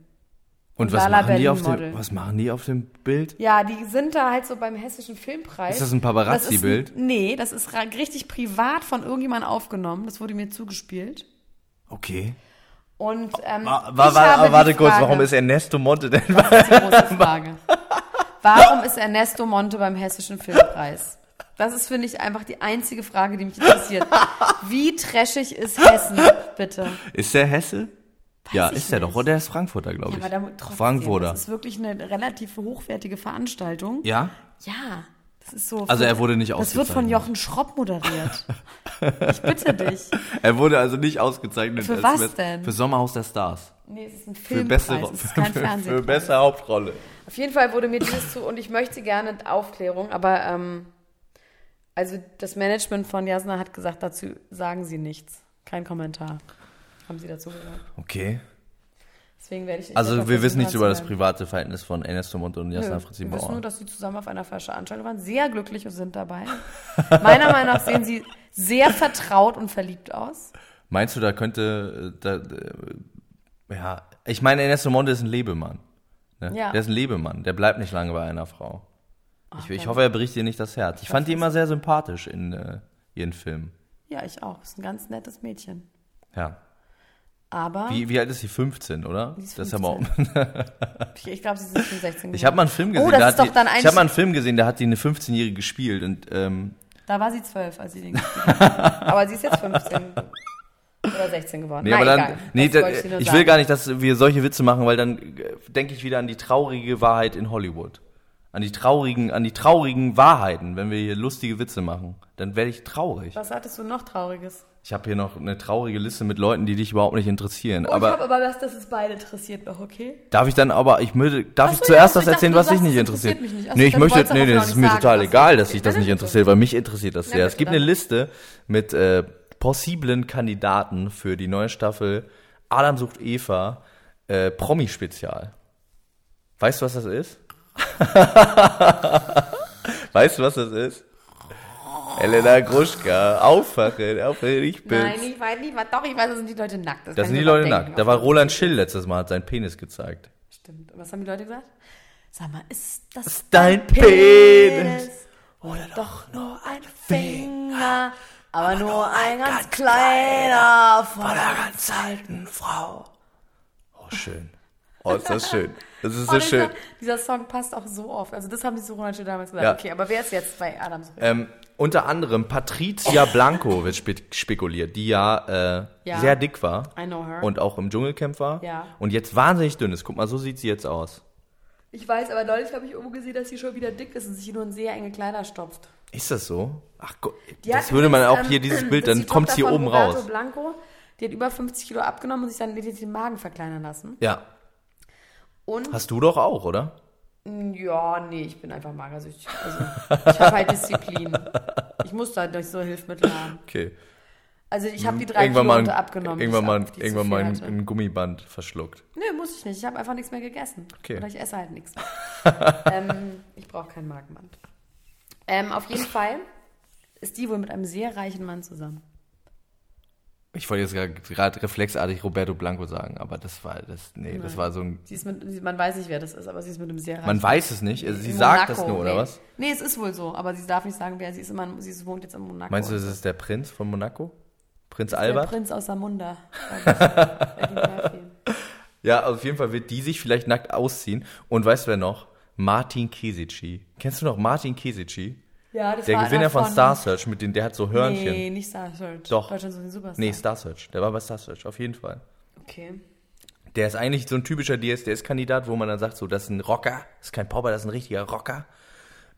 Und was Lala machen, die auf Berlin-Model. dem, was machen die auf dem Bild? Ja, die sind da halt so beim Hessischen Filmpreis. Ist das ein Paparazzi-Bild? Das ist ein- Nee, das ist ra- richtig privat von irgendjemandem aufgenommen. Das wurde mir zugespielt. Okay. Und ähm, Wa- ich wa- wa- habe die warte kurz, Frage, warum ist Ernesto Monte denn? Das ist die große Frage. Warum ist Ernesto Monte beim Hessischen Filmpreis? Das ist, finde ich, einfach die einzige Frage, die mich interessiert. Wie trashig ist Hessen, bitte? Ist der Hesse? ja, ich ist der nicht. doch. Oder der ist Frankfurter, glaube Ja, ich. aber da, trotzdem, Frankfurter. Das ist wirklich eine relativ hochwertige Veranstaltung. Ja? Ja, das ist so. Also er wurde nicht Das wird von ausgezeichnet. Jochen Schropp moderiert. ich bitte dich. Er wurde also nicht ausgezeichnet. Für als was Best- denn? Für Sommerhaus der Stars. Nee, es ist ein Für Filmpreis, beste, es ist kein für, Fernsehen. für beste Hauptrolle. Auf jeden Fall wurde mir dieses zu und ich möchte gerne Aufklärung, aber ähm, also das Management von Jasna hat gesagt, dazu sagen sie nichts. Kein Kommentar. Haben sie dazu gesagt. Okay. Deswegen werde ich nicht Also weiter wir wissen versuchen, nichts über das anzuhören. private Verhältnis von Ernesto Monte und Jasna Nö, Fritzi Wir wissen nur, Bauer. dass sie zusammen auf einer Veranstaltung waren, sehr glücklich und sind dabei. Meiner Meinung nach sehen sie sehr vertraut und verliebt aus. Meinst du, da könnte, äh, da, äh, ja, ich meine, Ernesto Monte ist ein Lebemann. Ne? Ja. Der ist ein Lebemann. Der bleibt nicht lange bei einer Frau. Ich, ich dann- hoffe, er bricht dir nicht das Herz. Ich fand die immer sehr sympathisch in äh, ihren Filmen. Ja, ich auch. Ist ein ganz nettes Mädchen. Ja. Aber Wie, wie alt ist sie? 15, oder? ist Das ist aber auch, 15. ich, ich glaube, sie sind schon 16 ich habe mal einen Film gesehen, Oh, das da ist hat doch die, dann eigentlich... ich habe mal einen Film gesehen, da hat die eine 15-jährige gespielt und ähm, Da war sie zwölf, als sie den gespielt hat. Aber sie ist jetzt 15 oder 16 geworden. nee, Na, aber dann egal. nee, Das da, wollte dir nur ich sagen. will gar nicht, dass wir solche Witze machen, weil dann äh, denke ich wieder an die traurige Wahrheit in Hollywood. An die traurigen an die traurigen Wahrheiten, wenn wir hier lustige Witze machen, dann werde ich traurig. Was hattest du noch Trauriges? Ich habe hier noch eine traurige Liste mit Leuten, die dich überhaupt nicht interessieren, Oh, ich aber habe aber was, dass es beide interessiert noch, okay? Darf ich dann aber, ich möchte, darf Ach so, ich ja, zuerst also das ich erzählen, dachte, was du dich sagst, nicht das interessiert? interessiert mich nicht. Ach so, Nee, ich dann möchte, wolltest du nee, auch nee, noch das ist nicht mir sagen, total was- egal, dass dich Na, das nicht bitte. interessiert, weil mich interessiert das sehr. Es bitte, gibt eine dann. Liste mit äh, possiblen Kandidaten für die neue Staffel Adam sucht Eva, äh, Promi-Spezial. Weißt du, was das ist? weißt du, was das ist? Elena Gruschka, aufwachen, aufwachen, ich bin's. Nein, ich weiß nicht, was, doch, ich weiß, da sind die Leute nackt. das kann sind die ich mir Leute denken. nackt. Da war Roland Schill letztes Mal, hat seinen Penis gezeigt. Stimmt. Und was haben die Leute gesagt? Sag mal, ist das dein Oh, Penis? Oder doch nur ein Finger, aber nur ein ganz kleiner von einer ganz alten Frau. Oh, schön. Oh, ist das schön. Das ist Oh, so dieser, schön. dieser Song passt auch so oft. Also das haben die zu Ronald Schill damals gesagt. Ja. Okay, aber wer ist jetzt bei Adams Rücken? Ähm, unter anderem Patricia Blanco wird spe spekuliert, die ja, äh, Ja. sehr dick war. I know her. Und auch im Dschungelcamp war. Ja. Und jetzt wahnsinnig dünn ist. Guck mal, so sieht sie jetzt aus. Ich weiß, aber neulich habe ich irgendwo gesehen, dass sie schon wieder dick ist und sich nur in sehr enge Kleider stopft. Ist das so? Ach Gott, Die das hat würde man auch übrigens, hier ähm, dieses Bild, das ist dann die kommt's Tochter hier von oben Roberto raus. Blanco, die hat über 50 Kilo abgenommen und sich dann den Magen verkleinern lassen. Ja. Und Hast du doch auch, oder? ja, nee, ich bin einfach magersüchtig. Also ich habe halt Disziplin. Ich muss da durch so Hilfsmittel haben. Okay. Also ich habe die drei Irgendwann Kilo mal, unter abgenommen. die irgendwann ich- mal, die ich zu irgendwann viel mal ein, hatte. ein Gummiband verschluckt. Nö, muss ich nicht. Ich habe einfach nichts mehr gegessen. Okay. Oder ich esse halt nichts. ähm, ich brauche kein Magenband. Ähm, auf jeden Fall ist die wohl mit einem sehr reichen Mann zusammen. Ich wollte jetzt gerade reflexartig Roberto Blanco sagen, aber das war das nee, das war so ein Sie ist mit, sie- man weiß nicht, wer das ist, aber sie ist mit einem sehr reichen. Man weiß es nicht, also sie In sagt das Monaco, nur oder nee. was? Nee, es ist wohl so, aber sie darf nicht sagen, wer sie ist. Immer, sie wohnt jetzt in Monaco. Meinst du, das ist der Prinz von Monaco? Prinz der Albert? Prinz aus Samunda? Eddie Murphy. Ja, auf jeden Fall wird die sich vielleicht nackt ausziehen und weißt du wer noch? Martin Kesici. Kennst du noch Martin Kesici? ja, das Der war Gewinner einer von Star Search mit den der hat so Hörnchen. Nee, nicht Star Search. Doch. Deutschland sucht den Superstar. Nee, Star Search. Der war bei Star Search, auf jeden Fall. Okay. Der ist eigentlich so ein typischer DSDS-Kandidat, wo man dann sagt, so, das ist ein Rocker, das ist kein Pauper, das ist ein richtiger Rocker.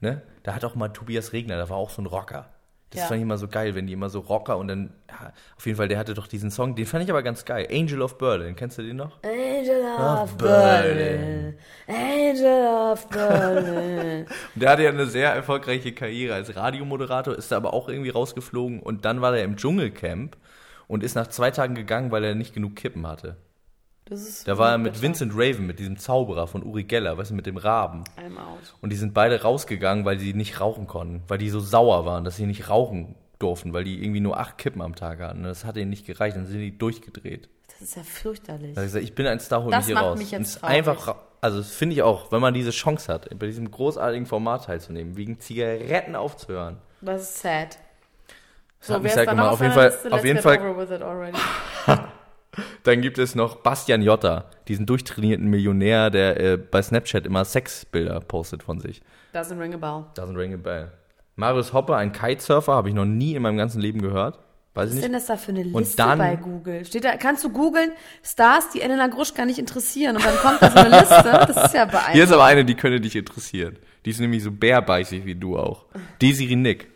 Ne? Da hat auch mal Tobias Regner, da war auch so ein Rocker. Das Ja. fand ich immer so geil, wenn die immer so Rocker und dann, ja, auf jeden Fall, der hatte doch diesen Song, den fand ich aber ganz geil. Angel of Berlin, kennst du den noch? Angel of Berlin. Angel of Berlin. Der hatte ja eine sehr erfolgreiche Karriere als Radiomoderator, ist da aber auch irgendwie rausgeflogen und dann war er im Dschungelcamp und ist nach zwei Tagen gegangen, weil er nicht genug Kippen hatte. Das ist Da war er mit Vincent Raven, mit diesem Zauberer von Uri Geller, weißt du, mit dem Raben. I'm out. Und die sind beide rausgegangen, weil sie nicht rauchen konnten, weil die so sauer waren, dass sie nicht rauchen durften, weil die irgendwie nur acht Kippen am Tag hatten. Das hat ihnen nicht gereicht, dann sind die durchgedreht. Das ist ja fürchterlich. Da habe ich gesagt, ich bin ein Star, hol Das mich hier macht raus. mich jetzt Und es ist traurig. einfach, ra- also das finde ich auch, wenn man diese Chance hat, bei diesem großartigen Format teilzunehmen, wegen Zigaretten aufzuhören. Das ist sad. Das hat mich sehr gemacht. Auf jeden Fall, auf jeden Fall Over with it already. Dann gibt es noch Bastian Jotta, diesen durchtrainierten Millionär, der äh, bei Snapchat immer Sexbilder postet von sich. Doesn't ring a bell. Doesn't ring a bell. Marius Hoppe, ein Kitesurfer, habe ich noch nie in meinem ganzen Leben gehört. Weiß Was ich ist nicht. denn das da für eine Liste Und dann- bei Google? Steht da, kannst du googeln, Stars, die Elena Gruschka nicht interessieren und dann kommt da so eine Liste? Das ist Hier ja ist beeindruckend. aber eine, die könnte dich interessieren. Die ist nämlich so bärbeißig wie du auch. Desiree Nick.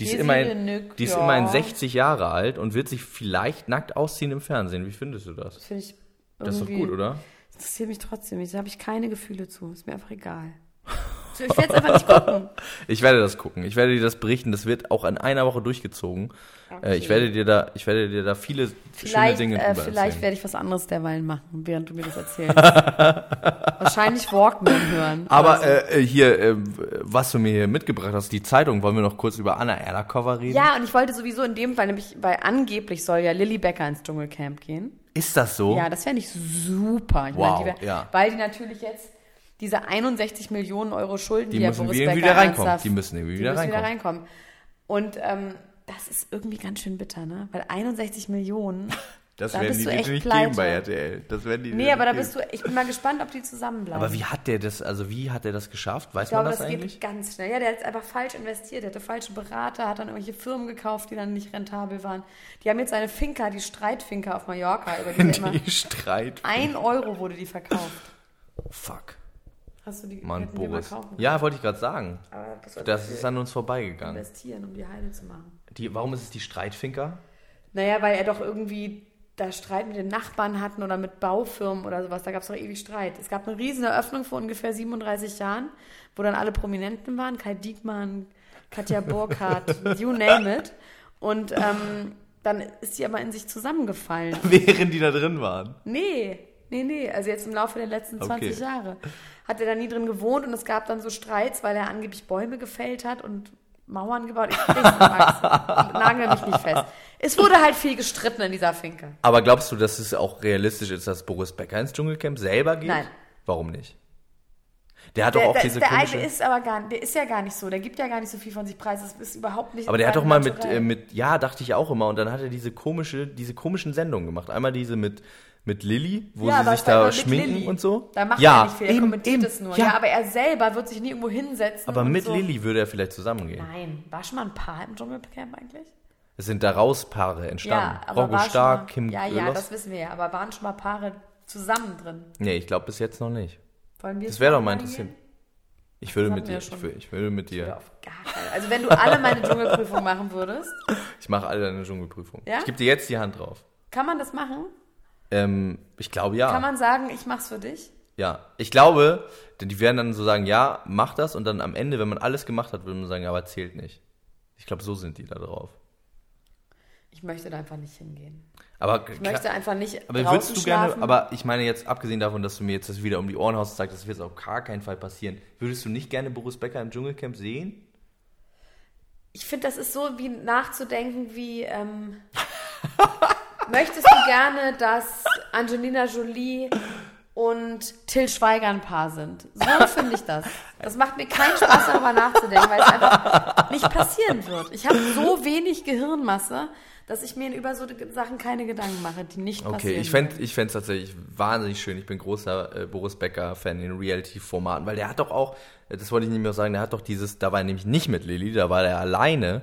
Die ist, Desiree immerhin, Nick, die ist ja. immerhin 60 Jahre alt und wird sich vielleicht nackt ausziehen im Fernsehen. Wie findest du das? Finde ich Das ist doch irgendwie- gut, oder? Interessiert mich trotzdem nicht. Da habe ich keine Gefühle zu. Ist mir einfach egal. Ich werde es einfach nicht gucken. Ich werde das gucken. Ich werde dir das berichten. Das wird auch in einer Woche durchgezogen. Äh, ich werde dir da, ich werde dir da viele Vielleicht, schöne Dinge äh, drüber vielleicht erzählen. werde ich was anderes derweilen machen, während du mir das erzählst. Wahrscheinlich Walkman hören. Aber Also- äh, hier, äh, was du mir hier mitgebracht hast, die Zeitung, wollen wir noch kurz über Anna Erlacover reden? ja, und ich wollte sowieso in dem Fall nämlich, weil angeblich soll ja Lilly Becker ins Dschungelcamp gehen. Ist das so? Ja, das fände ich super. Ich Oh. Wow, die wär- ja. Weil die natürlich jetzt diese 61 Millionen Euro Schulden, die, die ja müssen Boris irgendwie Becker wieder reinkommen. ernsthaft- Die müssen irgendwie die wieder müssen reinkommen. wieder reinkommen. Und ähm, das ist irgendwie ganz schön bitter, ne? Weil 61 Millionen, Das da werden bist die du dir echt nicht pleite. geben bei RTL. Das werden die dir Nee, nicht aber da geben. bist du, ich bin mal gespannt, ob die zusammenbleiben. Aber wie hat der das, also wie hat der das geschafft? Weiß ich glaube, man das, das, eigentlich? geht ganz schnell. Ja, der hat einfach falsch investiert. Der hatte falsche Berater, hat dann irgendwelche Firmen gekauft, die dann nicht rentabel waren. Die haben jetzt seine Finca, die Streitfinca auf Mallorca, über die, die immer... Die Streit. Ein Euro wurde die verkauft. Oh, fuck. Hast du die Mann, hätten wir mal Boris. kaufen Ja, wollte ich gerade sagen. Aber das war Das ist an uns vorbeigegangen. investieren, um die heile zu machen. Die, warum ist es die Streitfinker? Naja, weil er doch irgendwie da Streit mit den Nachbarn hatten oder mit Baufirmen oder sowas. Da gab es doch ewig Streit. Es gab eine riesen Eröffnung vor ungefähr 37 Jahren, wo dann alle Prominenten waren. Kai Diekmann, Katja Burkhardt, you name it. Und ähm, dann ist die aber in sich zusammengefallen. Während die da drin waren. Nee, nee, nee. Also jetzt im Laufe der letzten Okay. 20 Jahre. Hat er da nie drin gewohnt und es gab dann so Streits, weil er angeblich Bäume gefällt hat und Mauern gebaut. Ich weiß nicht, Max. Nagel mich nicht fest. Es wurde halt viel gestritten in dieser Finke. Aber glaubst du, dass es auch realistisch ist, dass Boris Becker ins Dschungelcamp selber geht? Nein. Warum nicht? Der hat Der, doch auch der, diese der komische... eine ist aber gar, der ist ja gar nicht so. Der gibt ja gar nicht so viel von sich preis. Das ist überhaupt nicht. aber der in hat doch seinem mal mit, Naturell. äh, mit, ja, dachte ich auch immer, und dann hat er diese komische, diese komischen Sendungen gemacht. Einmal diese mit, mit Lilly, wo Ja, sie aber sich es war immer da mit schminken Lilly. und so. Da macht ja, er nicht viel. Er eben, kommentiert eben, es nur. Ja. Ja. aber er selber wird sich nie irgendwo hinsetzen. aber und mit so. Lilly würde er vielleicht zusammengehen. Nein, war schon mal ein Paar im Dschungelcamp eigentlich? Es sind daraus Paare entstanden. aber Rocco war schon Stark, mal, Kim Ja, ja, Ölos. das wissen wir ja. Aber waren schon mal Paare zusammen drin? Nee, ich glaube bis jetzt noch nicht. Wollen wir Das jetzt wäre doch mal mal reingehen? interessant. Ich würde Das mit hatten wir dir, schon. ich würde, ich würde mit dir. Auf gar keinen. Also wenn du alle meine Dschungelprüfung machen würdest, Ich mache alle deine Dschungelprüfung. Ja? Ich gebe dir jetzt die Hand drauf. kann man das machen? Ähm, ich glaube ja. Kann man sagen, ich mach's für dich? Ja. Ich glaube, denn die werden dann so sagen, ja, mach das und dann am Ende, wenn man alles gemacht hat, würde man sagen, ja, aber zählt nicht. Ich glaube, so sind die da drauf. Ich möchte da einfach nicht hingehen. Aber Ich möchte einfach nicht aber draußen würdest du gerne, schlafen. aber ich meine jetzt abgesehen davon, dass du mir jetzt das wieder um die Ohren haust und sagst, das wird auf gar keinen Fall passieren. Würdest du nicht gerne Boris Becker im Dschungelcamp sehen? ich finde, das ist so wie nachzudenken, wie ähm, Möchtest du gerne, dass Angelina Jolie und Till Schweiger ein Paar sind? So finde ich das. Das macht mir keinen Spaß, darüber nachzudenken, weil es einfach nicht passieren wird. Ich habe so wenig Gehirnmasse, dass ich mir über so Sachen keine Gedanken mache, die nicht passieren. Okay, ich fände ich fänd's tatsächlich wahnsinnig schön. Ich bin großer äh, Boris Becker-Fan in Reality-Formaten, weil der hat doch auch, äh, das wollte ich nicht mehr sagen, der hat doch dieses, da war er nämlich nicht mit Lilly, da war er alleine,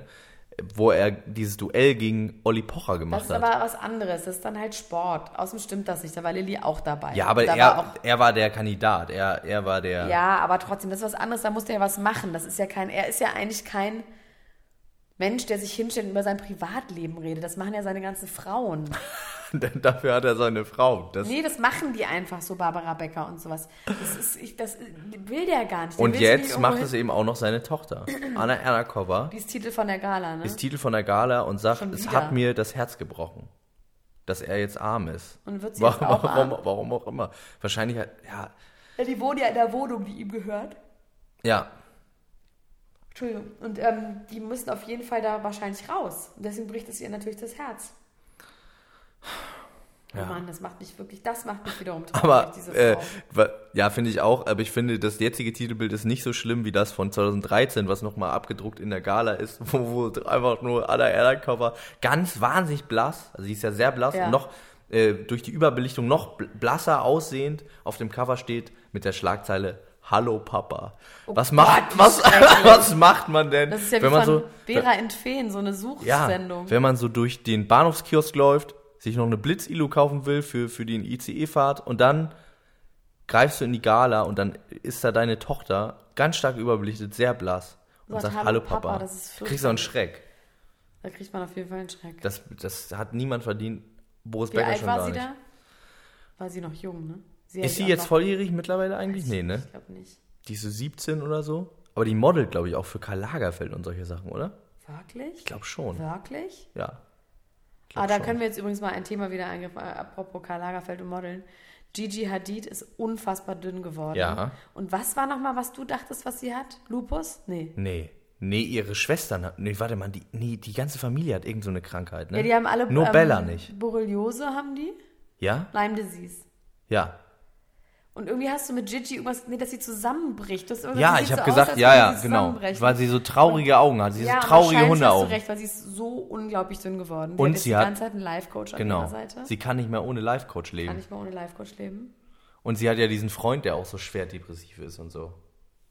äh, wo er dieses Duell gegen Olli Pocher Das gemacht ist hat. aber was anderes. Das ist dann halt Sport. Außerdem stimmt das nicht. Da war Lilly auch dabei. ja, aber da er, war auch er war der Kandidat, er, er war der. Ja, aber trotzdem, das ist was anderes, da muss der ja was machen. Das ist ja kein, er ist ja eigentlich kein Mensch, der sich hinstellt und über sein Privatleben redet. Das machen ja seine ganzen Frauen. Dafür hat er seine Frau. Das, Nee, das machen die einfach so, Barbara Becker und sowas. Das, ist, ich, das will der gar nicht. Der und will sich jetzt nicht macht irgendwo es hin- eben auch noch seine Tochter. Anna Ernakova Die ist Titel von der Gala, ne? ist Titel von der Gala und sagt, Schon es wieder. hat mir das Herz gebrochen, dass er jetzt arm ist. Und wird sie warum, jetzt auch warum, arm? warum auch immer. Wahrscheinlich hat, ja, Ja, die wohnt ja in der Wohnung, die ihm gehört. ja, Entschuldigung. Und ähm, die müssen auf jeden Fall da wahrscheinlich raus. Und deswegen bricht es ihr natürlich das Herz. Ja. Oh Mann, das macht mich wirklich, das macht mich wiederum traurig, aber diese äh, Frau. wa- ja, finde ich auch. Aber ich finde, das jetzige Titelbild ist nicht so schlimm wie das von 2013, was nochmal abgedruckt in der Gala ist, wo, wo einfach nur Anna Ernakova ganz wahnsinnig blass, also sie ist ja sehr blass Ja. und noch äh, durch die Überbelichtung noch bl- blasser aussehend auf dem Cover steht mit der Schlagzeile Hallo Papa. was macht Oh Gott, wie was, schrecklich. was macht man denn, Das ist ja wie wenn man von so Vera in Feen, so eine Ja, Suchsendung. wenn man so durch den Bahnhofskiosk läuft, sich noch eine Blitz-Ilu kaufen will für, für den ICE-Fahrt und dann greifst du in die Gala und dann ist da deine Tochter ganz stark überbelichtet, sehr blass und sagt, Hallo Papa. das ist fürchterlich. Kriegst du einen Schreck. da kriegt man auf jeden Fall einen Schreck. Das, das hat niemand verdient. Boris Wie Becker alt schon war gar sie nicht. da? War sie noch jung, ne? Ist sie hat jetzt noch- volljährig mittlerweile eigentlich? Nee, ne? Ich glaube nicht. Die ist so 17 oder so. Aber die modelt, glaube ich, auch für Karl Lagerfeld und solche Sachen, oder? Wirklich? Ich Glaub schon. Wirklich? Ja. Ah, da schon. können wir jetzt übrigens mal ein Thema wieder angreifen, äh, apropos Karl Lagerfeld und Modeln. Gigi Hadid ist unfassbar dünn geworden. Ja. Und was war nochmal, was du dachtest, was sie hat? Lupus? Nee. Nee. Nee, ihre Schwestern hat. Nee, warte mal, die, nee, die ganze Familie hat irgend so eine Krankheit, ne? Ja, die haben alle Nur ähm, Bella nicht. Borreliose haben die? Ja? Lyme Disease. Ja. Und irgendwie hast du mit Gigi irgendwas, nee, dass sie zusammenbricht. Das Ja, ich habe gesagt, ja, ja, genau. Weil sie so traurige Augen hat, sie so traurige auch. Hundeaugen. recht, weil sie ist so unglaublich dünn geworden. Und hat jetzt sie die hat- ganze Zeit einen Life-Coach an Genau. ihrer Seite. Sie kann nicht mehr ohne Life-Coach Kann leben. nicht mehr ohne Life-Coach leben. Und sie hat ja diesen Freund, der auch so schwer depressiv ist und so.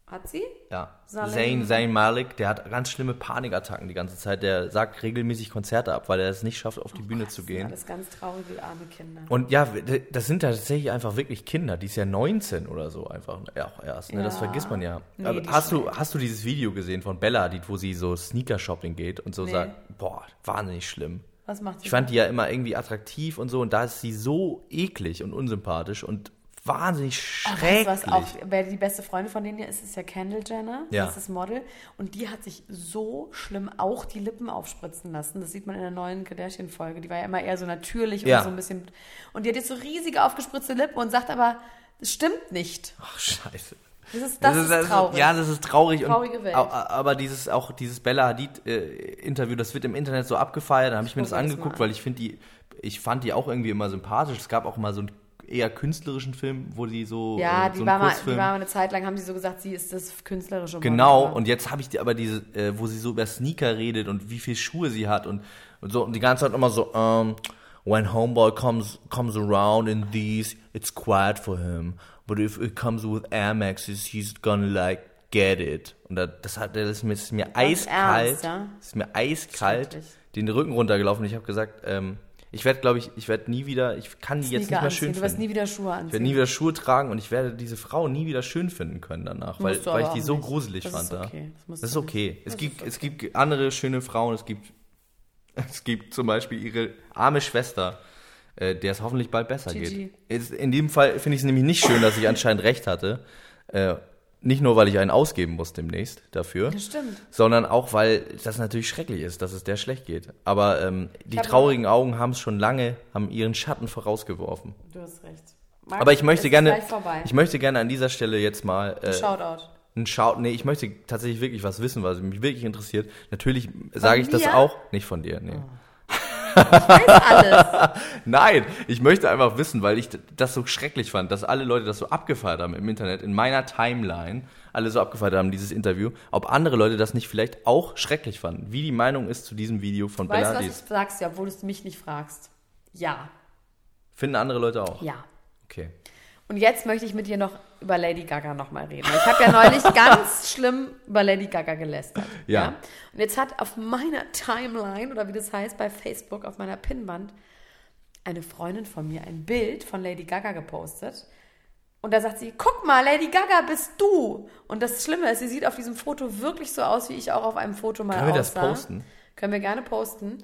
Hat sie? Ja. Salim. Zayn, Zayn Malik, der hat ganz schlimme Panikattacken die ganze Zeit. Der sagt regelmäßig Konzerte ab, weil er es nicht schafft, auf die Bühne zu Oh Das sind gehen. alles ganz traurige, arme Kinder. Und ja, das sind tatsächlich einfach wirklich Kinder. Die ist ja 19 oder so einfach auch erst. Ne? Das Ja. vergisst man ja. Nee, Aber die hast, schon du, hast du dieses Video gesehen von Bella, die, wo sie so Sneaker-Shopping geht und so Nee. sagt, boah, wahnsinnig schlimm. Was macht sie? Ich fand die ja immer irgendwie attraktiv und so und da ist sie so eklig und unsympathisch und wahnsinnig schrecklich. Oh, Weißt du, was auch, wer die beste Freundin von denen hier ist, ist ja Kendall Jenner. Ja. Das ist das Model. Und die hat sich so schlimm auch die Lippen aufspritzen lassen. Das sieht man in der neuen Kardashian-Folge. Die war ja immer eher so natürlich Ja. und so ein bisschen. Und die hat jetzt so riesige aufgespritzte Lippen und sagt aber, das stimmt nicht. Ach, scheiße. Das ist, das ist traurig. ja, das ist traurig. Traurige und, Welt. au- Aber dieses, auch dieses Bella Hadid-Interview, das wird im Internet so abgefeiert. Dann habe ich mir guck das mir das angeguckt, mal an. weil ich finde die, ich fand die auch irgendwie immer sympathisch. Es gab auch mal so einen eher künstlerischen Film, wo die so, ja, äh, die, so einen war mal, die Kurzfilm- war mal eine Zeit lang, haben sie so gesagt, sie ist das künstlerische Model. Genau, Aber- und jetzt habe ich die, aber diese, äh, wo sie so über Sneaker redet und wie viel Schuhe sie hat und, und so und die ganze Zeit immer so, um, when homeboy comes comes around in these, it's quiet for him, but if it comes with Air Maxes, he's gonna like get it. Und da, das hat, das ist mir, das ist mir Ganz eiskalt, ernst, ja? das ist mir eiskalt Schrecklich. den Rücken runtergelaufen. Ich habe gesagt, ähm, ich werde, glaube ich, ich werde nie wieder, ich kann die jetzt Sneaker nicht mehr anziehen. schön Du finden. wirst nie wieder Ich Schuhe werde anziehen. nie wieder Schuhe tragen und ich werde diese Frau nie wieder schön finden können danach, weil, Musst du weil ich aber die auch so nicht. gruselig Das fand. ist da. okay. Das musst Das ist du okay. Es, gibt, es gibt andere schöne Frauen, es gibt, es gibt zum Beispiel ihre arme Schwester, äh, der es hoffentlich bald besser Gigi. geht. Es- in dem Fall finde ich es nämlich nicht schön, dass ich anscheinend recht hatte. Äh, nicht nur, weil ich einen ausgeben muss demnächst dafür, Das stimmt. sondern auch, weil das natürlich schrecklich ist, dass es der schlecht geht. Aber ähm, die hab- traurigen Augen haben es schon lange, haben ihren Schatten vorausgeworfen. Du hast recht. Aber ich möchte gerne, Gleich vorbei. ich möchte gerne an dieser Stelle jetzt mal äh, Shoutout. einen Shout, nee, ich möchte tatsächlich wirklich was wissen, was mich wirklich interessiert. Natürlich sage ich das mir? Ah. auch, nicht von dir, nee. Ich weiß alles. Nein, ich möchte einfach wissen, weil ich d- das so schrecklich fand, dass alle Leute das so abgefeiert haben im Internet, in meiner Timeline, alle so abgefeiert haben, dieses Interview, ob andere Leute das nicht vielleicht auch schrecklich fanden, wie die Meinung ist zu diesem Video von Weißt du, was Bellatis. ich sagst, ja, obwohl du es mich nicht fragst? Ja, Finden andere Leute auch? ja. Okay. Und jetzt möchte ich mit dir noch über Lady Gaga nochmal reden. Ich habe ja neulich ganz schlimm über Lady Gaga gelästert. Ja. Und jetzt hat auf meiner Timeline oder wie das heißt bei Facebook auf meiner Pinnwand eine Freundin von mir ein Bild von Lady Gaga gepostet. Und da sagt sie, guck mal, Lady Gaga bist du. Und das Schlimme ist, sie sieht auf diesem Foto wirklich so aus, wie ich auch auf einem Foto mal Können wir das aussah. posten? Können wir gerne posten.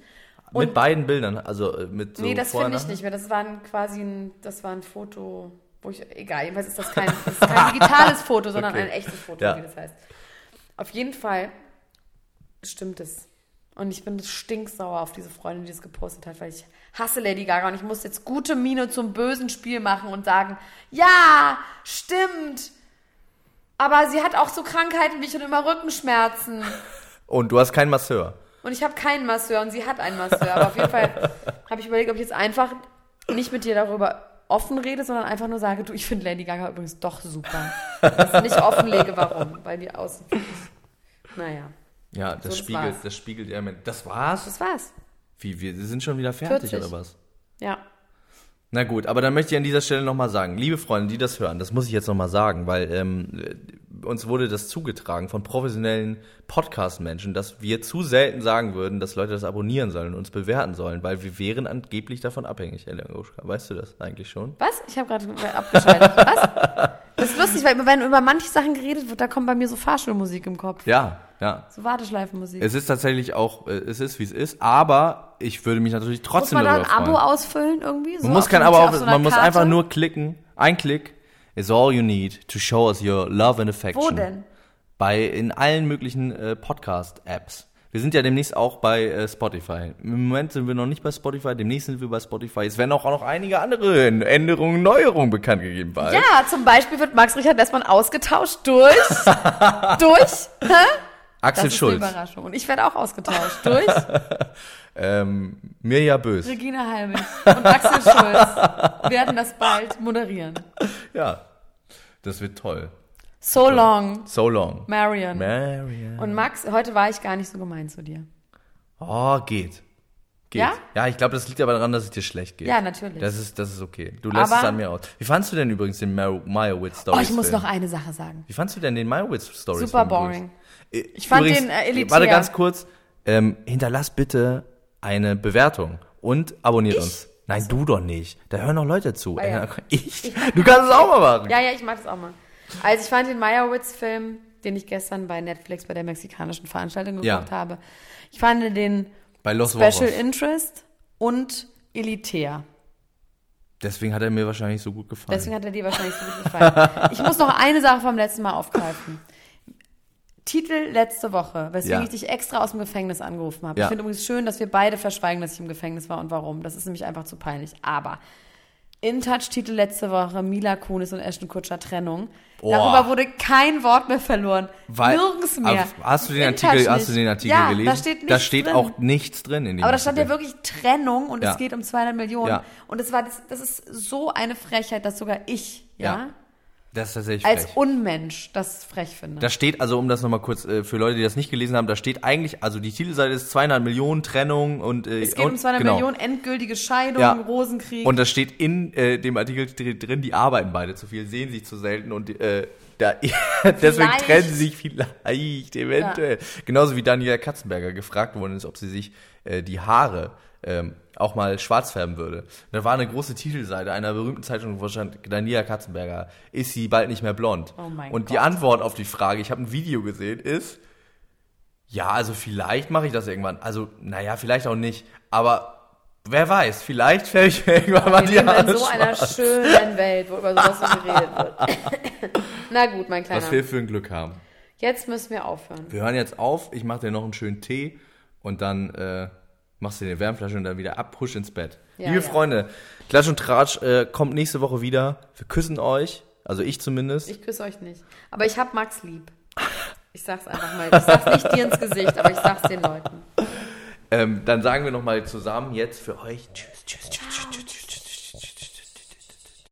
mit beiden Bildern, also äh, mit so nee, das vorher, finde ich nachher? nicht mehr. Das war ein, quasi ein, das war ein Foto, wo ich, egal, jedenfalls ist das kein, das ist kein digitales Foto, sondern Okay. ein echtes Foto, Ja. wie das heißt. Auf jeden Fall stimmt es. Und ich bin stinksauer auf diese Freundin, die es gepostet hat, weil ich hasse Lady Gaga und ich muss jetzt gute Miene zum bösen Spiel machen und sagen, ja, stimmt. Aber sie hat auch so Krankheiten wie schon immer Rückenschmerzen. Und du hast keinen Masseur. Und ich habe keinen Masseur und sie hat einen Masseur. Aber auf jeden Fall habe ich überlegt, ob ich jetzt einfach nicht mit dir darüber offen rede, sondern einfach nur sage, du, ich finde Lady Gaga übrigens doch super. Dass ich nicht offenlege, warum. Weil die außen. Naja, Ja, das das spiegelt, war's. das spiegelt ja mit. Das war's? das war's. Wie, wir sind schon wieder fertig 40. oder was? Ja. Na gut, aber dann möchte ich an dieser Stelle nochmal sagen, liebe Freunde, die das hören, das muss ich jetzt nochmal sagen, weil ähm, äh, uns wurde das zugetragen von professionellen Podcast-Menschen, dass wir zu selten sagen würden, dass Leute das abonnieren sollen und uns bewerten sollen, weil wir wären angeblich davon abhängig, Herr Languschka. Weißt du das eigentlich schon? Was? Ich habe gerade abgeschaltet. Was? Das ist lustig, weil wenn über manche Sachen geredet wird, da kommt bei mir so Fahrschulmusik im Kopf. Ja, ja. So Warteschleifenmusik. Es ist tatsächlich auch, äh, es ist wie es ist, aber ich würde mich natürlich muss trotzdem man da ein darüber freuen. Abo ausfüllen irgendwie? So Man muss auf kein so- Abo, auf auf, so einer man muss Karte? einfach nur klicken. Ein Klick is all you need to show us your love and affection. Wo denn? Bei in allen möglichen äh, Podcast-Apps. Wir sind ja demnächst auch bei äh, Spotify. Im Moment sind wir noch nicht bei Spotify, demnächst sind wir bei Spotify. Es werden auch noch einige andere Änderungen, Neuerungen bekannt gegeben. bald. Ja, zum Beispiel wird Max Richard Lessmann ausgetauscht durch. durch. Hä? Das Axel ist eine Schulz, Überraschung. Und ich werde auch ausgetauscht durch Mirja Bös. Regina Halmich und Axel Schulz werden das bald moderieren. Ja, das wird toll. So long, So long. Marion. Marian. und Max, heute war ich gar nicht so gemein zu dir. Oh, geht. Geht. Ja? Ja, ich glaube, das liegt aber daran, dass es dir schlecht geht. Ja, natürlich. Das ist, das ist okay. Du lässt Aber- es an mir aus. Wie fandst du denn übrigens den Meyer- Meyerowitz Stories? Oh, ich muss Film? noch eine Sache sagen. Wie fandst du denn den Meyerowitz Stories? Super Film boring. übrigens? Ich fand den, äh, elitär. Warte ganz kurz. Ähm, hinterlass bitte eine Bewertung und abonniert uns. Nein, du doch nicht. Da hören noch Leute zu. Ah, ja. Äh, Ich? Du kannst es auch mal machen. Ja, ja, ich mach das auch mal. Also ich fand den Meyerowitz-Film, den ich gestern bei Netflix bei der mexikanischen Veranstaltung geguckt Ja. habe, ich fand den Bei Los Special Special Interest und elitär. Deswegen hat er mir wahrscheinlich so gut gefallen. Deswegen hat er dir wahrscheinlich so gut gefallen. Ich muss noch eine Sache vom letzten Mal aufgreifen. Titel letzte Woche, weswegen Ja. ich dich extra aus dem Gefängnis angerufen habe. Ja. Ich finde übrigens schön, dass wir beide verschweigen, dass ich im Gefängnis war und warum. Das ist nämlich einfach zu peinlich. Aber In Touch Titel letzte Woche, Mila Kunis und Ashton Kutscher Trennung. Boah. Darüber wurde kein Wort mehr verloren. Weil- Nirgends mehr. Aber Hast du den In Artikel, Touch hast du nicht. den Artikel ja, gelesen? Da steht, nichts da steht drin. auch nichts drin in dem Aber da stand ja Artikel. wirklich Trennung und Ja. es geht um 200 Millionen. Ja. Und das war das, das ist so eine Frechheit, dass sogar ich, ja, Ja, Das ist tatsächlich als frech. Unmensch das frech finde. Da steht, also um das nochmal kurz äh, für Leute, die das nicht gelesen haben, da steht eigentlich, also die Titelseite ist 200 Millionen Trennung und äh, es geht und, um 200 genau. Millionen, endgültige Scheidung, Ja. Rosenkrieg. Und da steht in äh, dem Artikel dr- drin, die arbeiten beide zu viel, sehen sich zu selten und äh, da, deswegen Vielleicht. trennen sie sich vielleicht, eventuell. Genauso wie Daniela Katzenberger gefragt worden ist, ob sie sich äh, die Haare ähm, auch mal schwarz färben würde. Und da war eine große Titelseite einer berühmten Zeitung, wo stand, Daniela Katzenberger, ist sie bald nicht mehr blond? Oh mein und die Gott. Antwort auf die Frage, ich habe ein Video gesehen, ist, ja, also vielleicht mache ich das irgendwann. Also, naja, vielleicht auch nicht. Aber wer weiß, vielleicht fällt ich mir irgendwann mal wir die leben in Haare so schwarz. einer schönen Welt, wo über sowas so geredet wird. Na gut, mein Was Kleiner. wir für ein Glück haben. Jetzt müssen wir aufhören. Wir hören jetzt auf, ich mache dir noch einen schönen Tee und dann äh, machst du dir eine Wärmflasche und dann wieder ab, husch ins Bett. Ja, Liebe ja. Freunde, Klatsch und Tratsch äh, kommt nächste Woche wieder. Wir küssen euch, also ich zumindest. Ich küsse euch nicht. Aber ich hab Max lieb. Ich sag's einfach mal. Ich sag's nicht dir ins Gesicht, aber ich sag's den Leuten. Ähm, dann sagen wir nochmal zusammen jetzt für euch. Tschüss, tschüss, tschüss, tschüss, tschüss, tschüss, tschüss, tschüss, tschüss, tschüss, tschüss, tschüss, tschüss.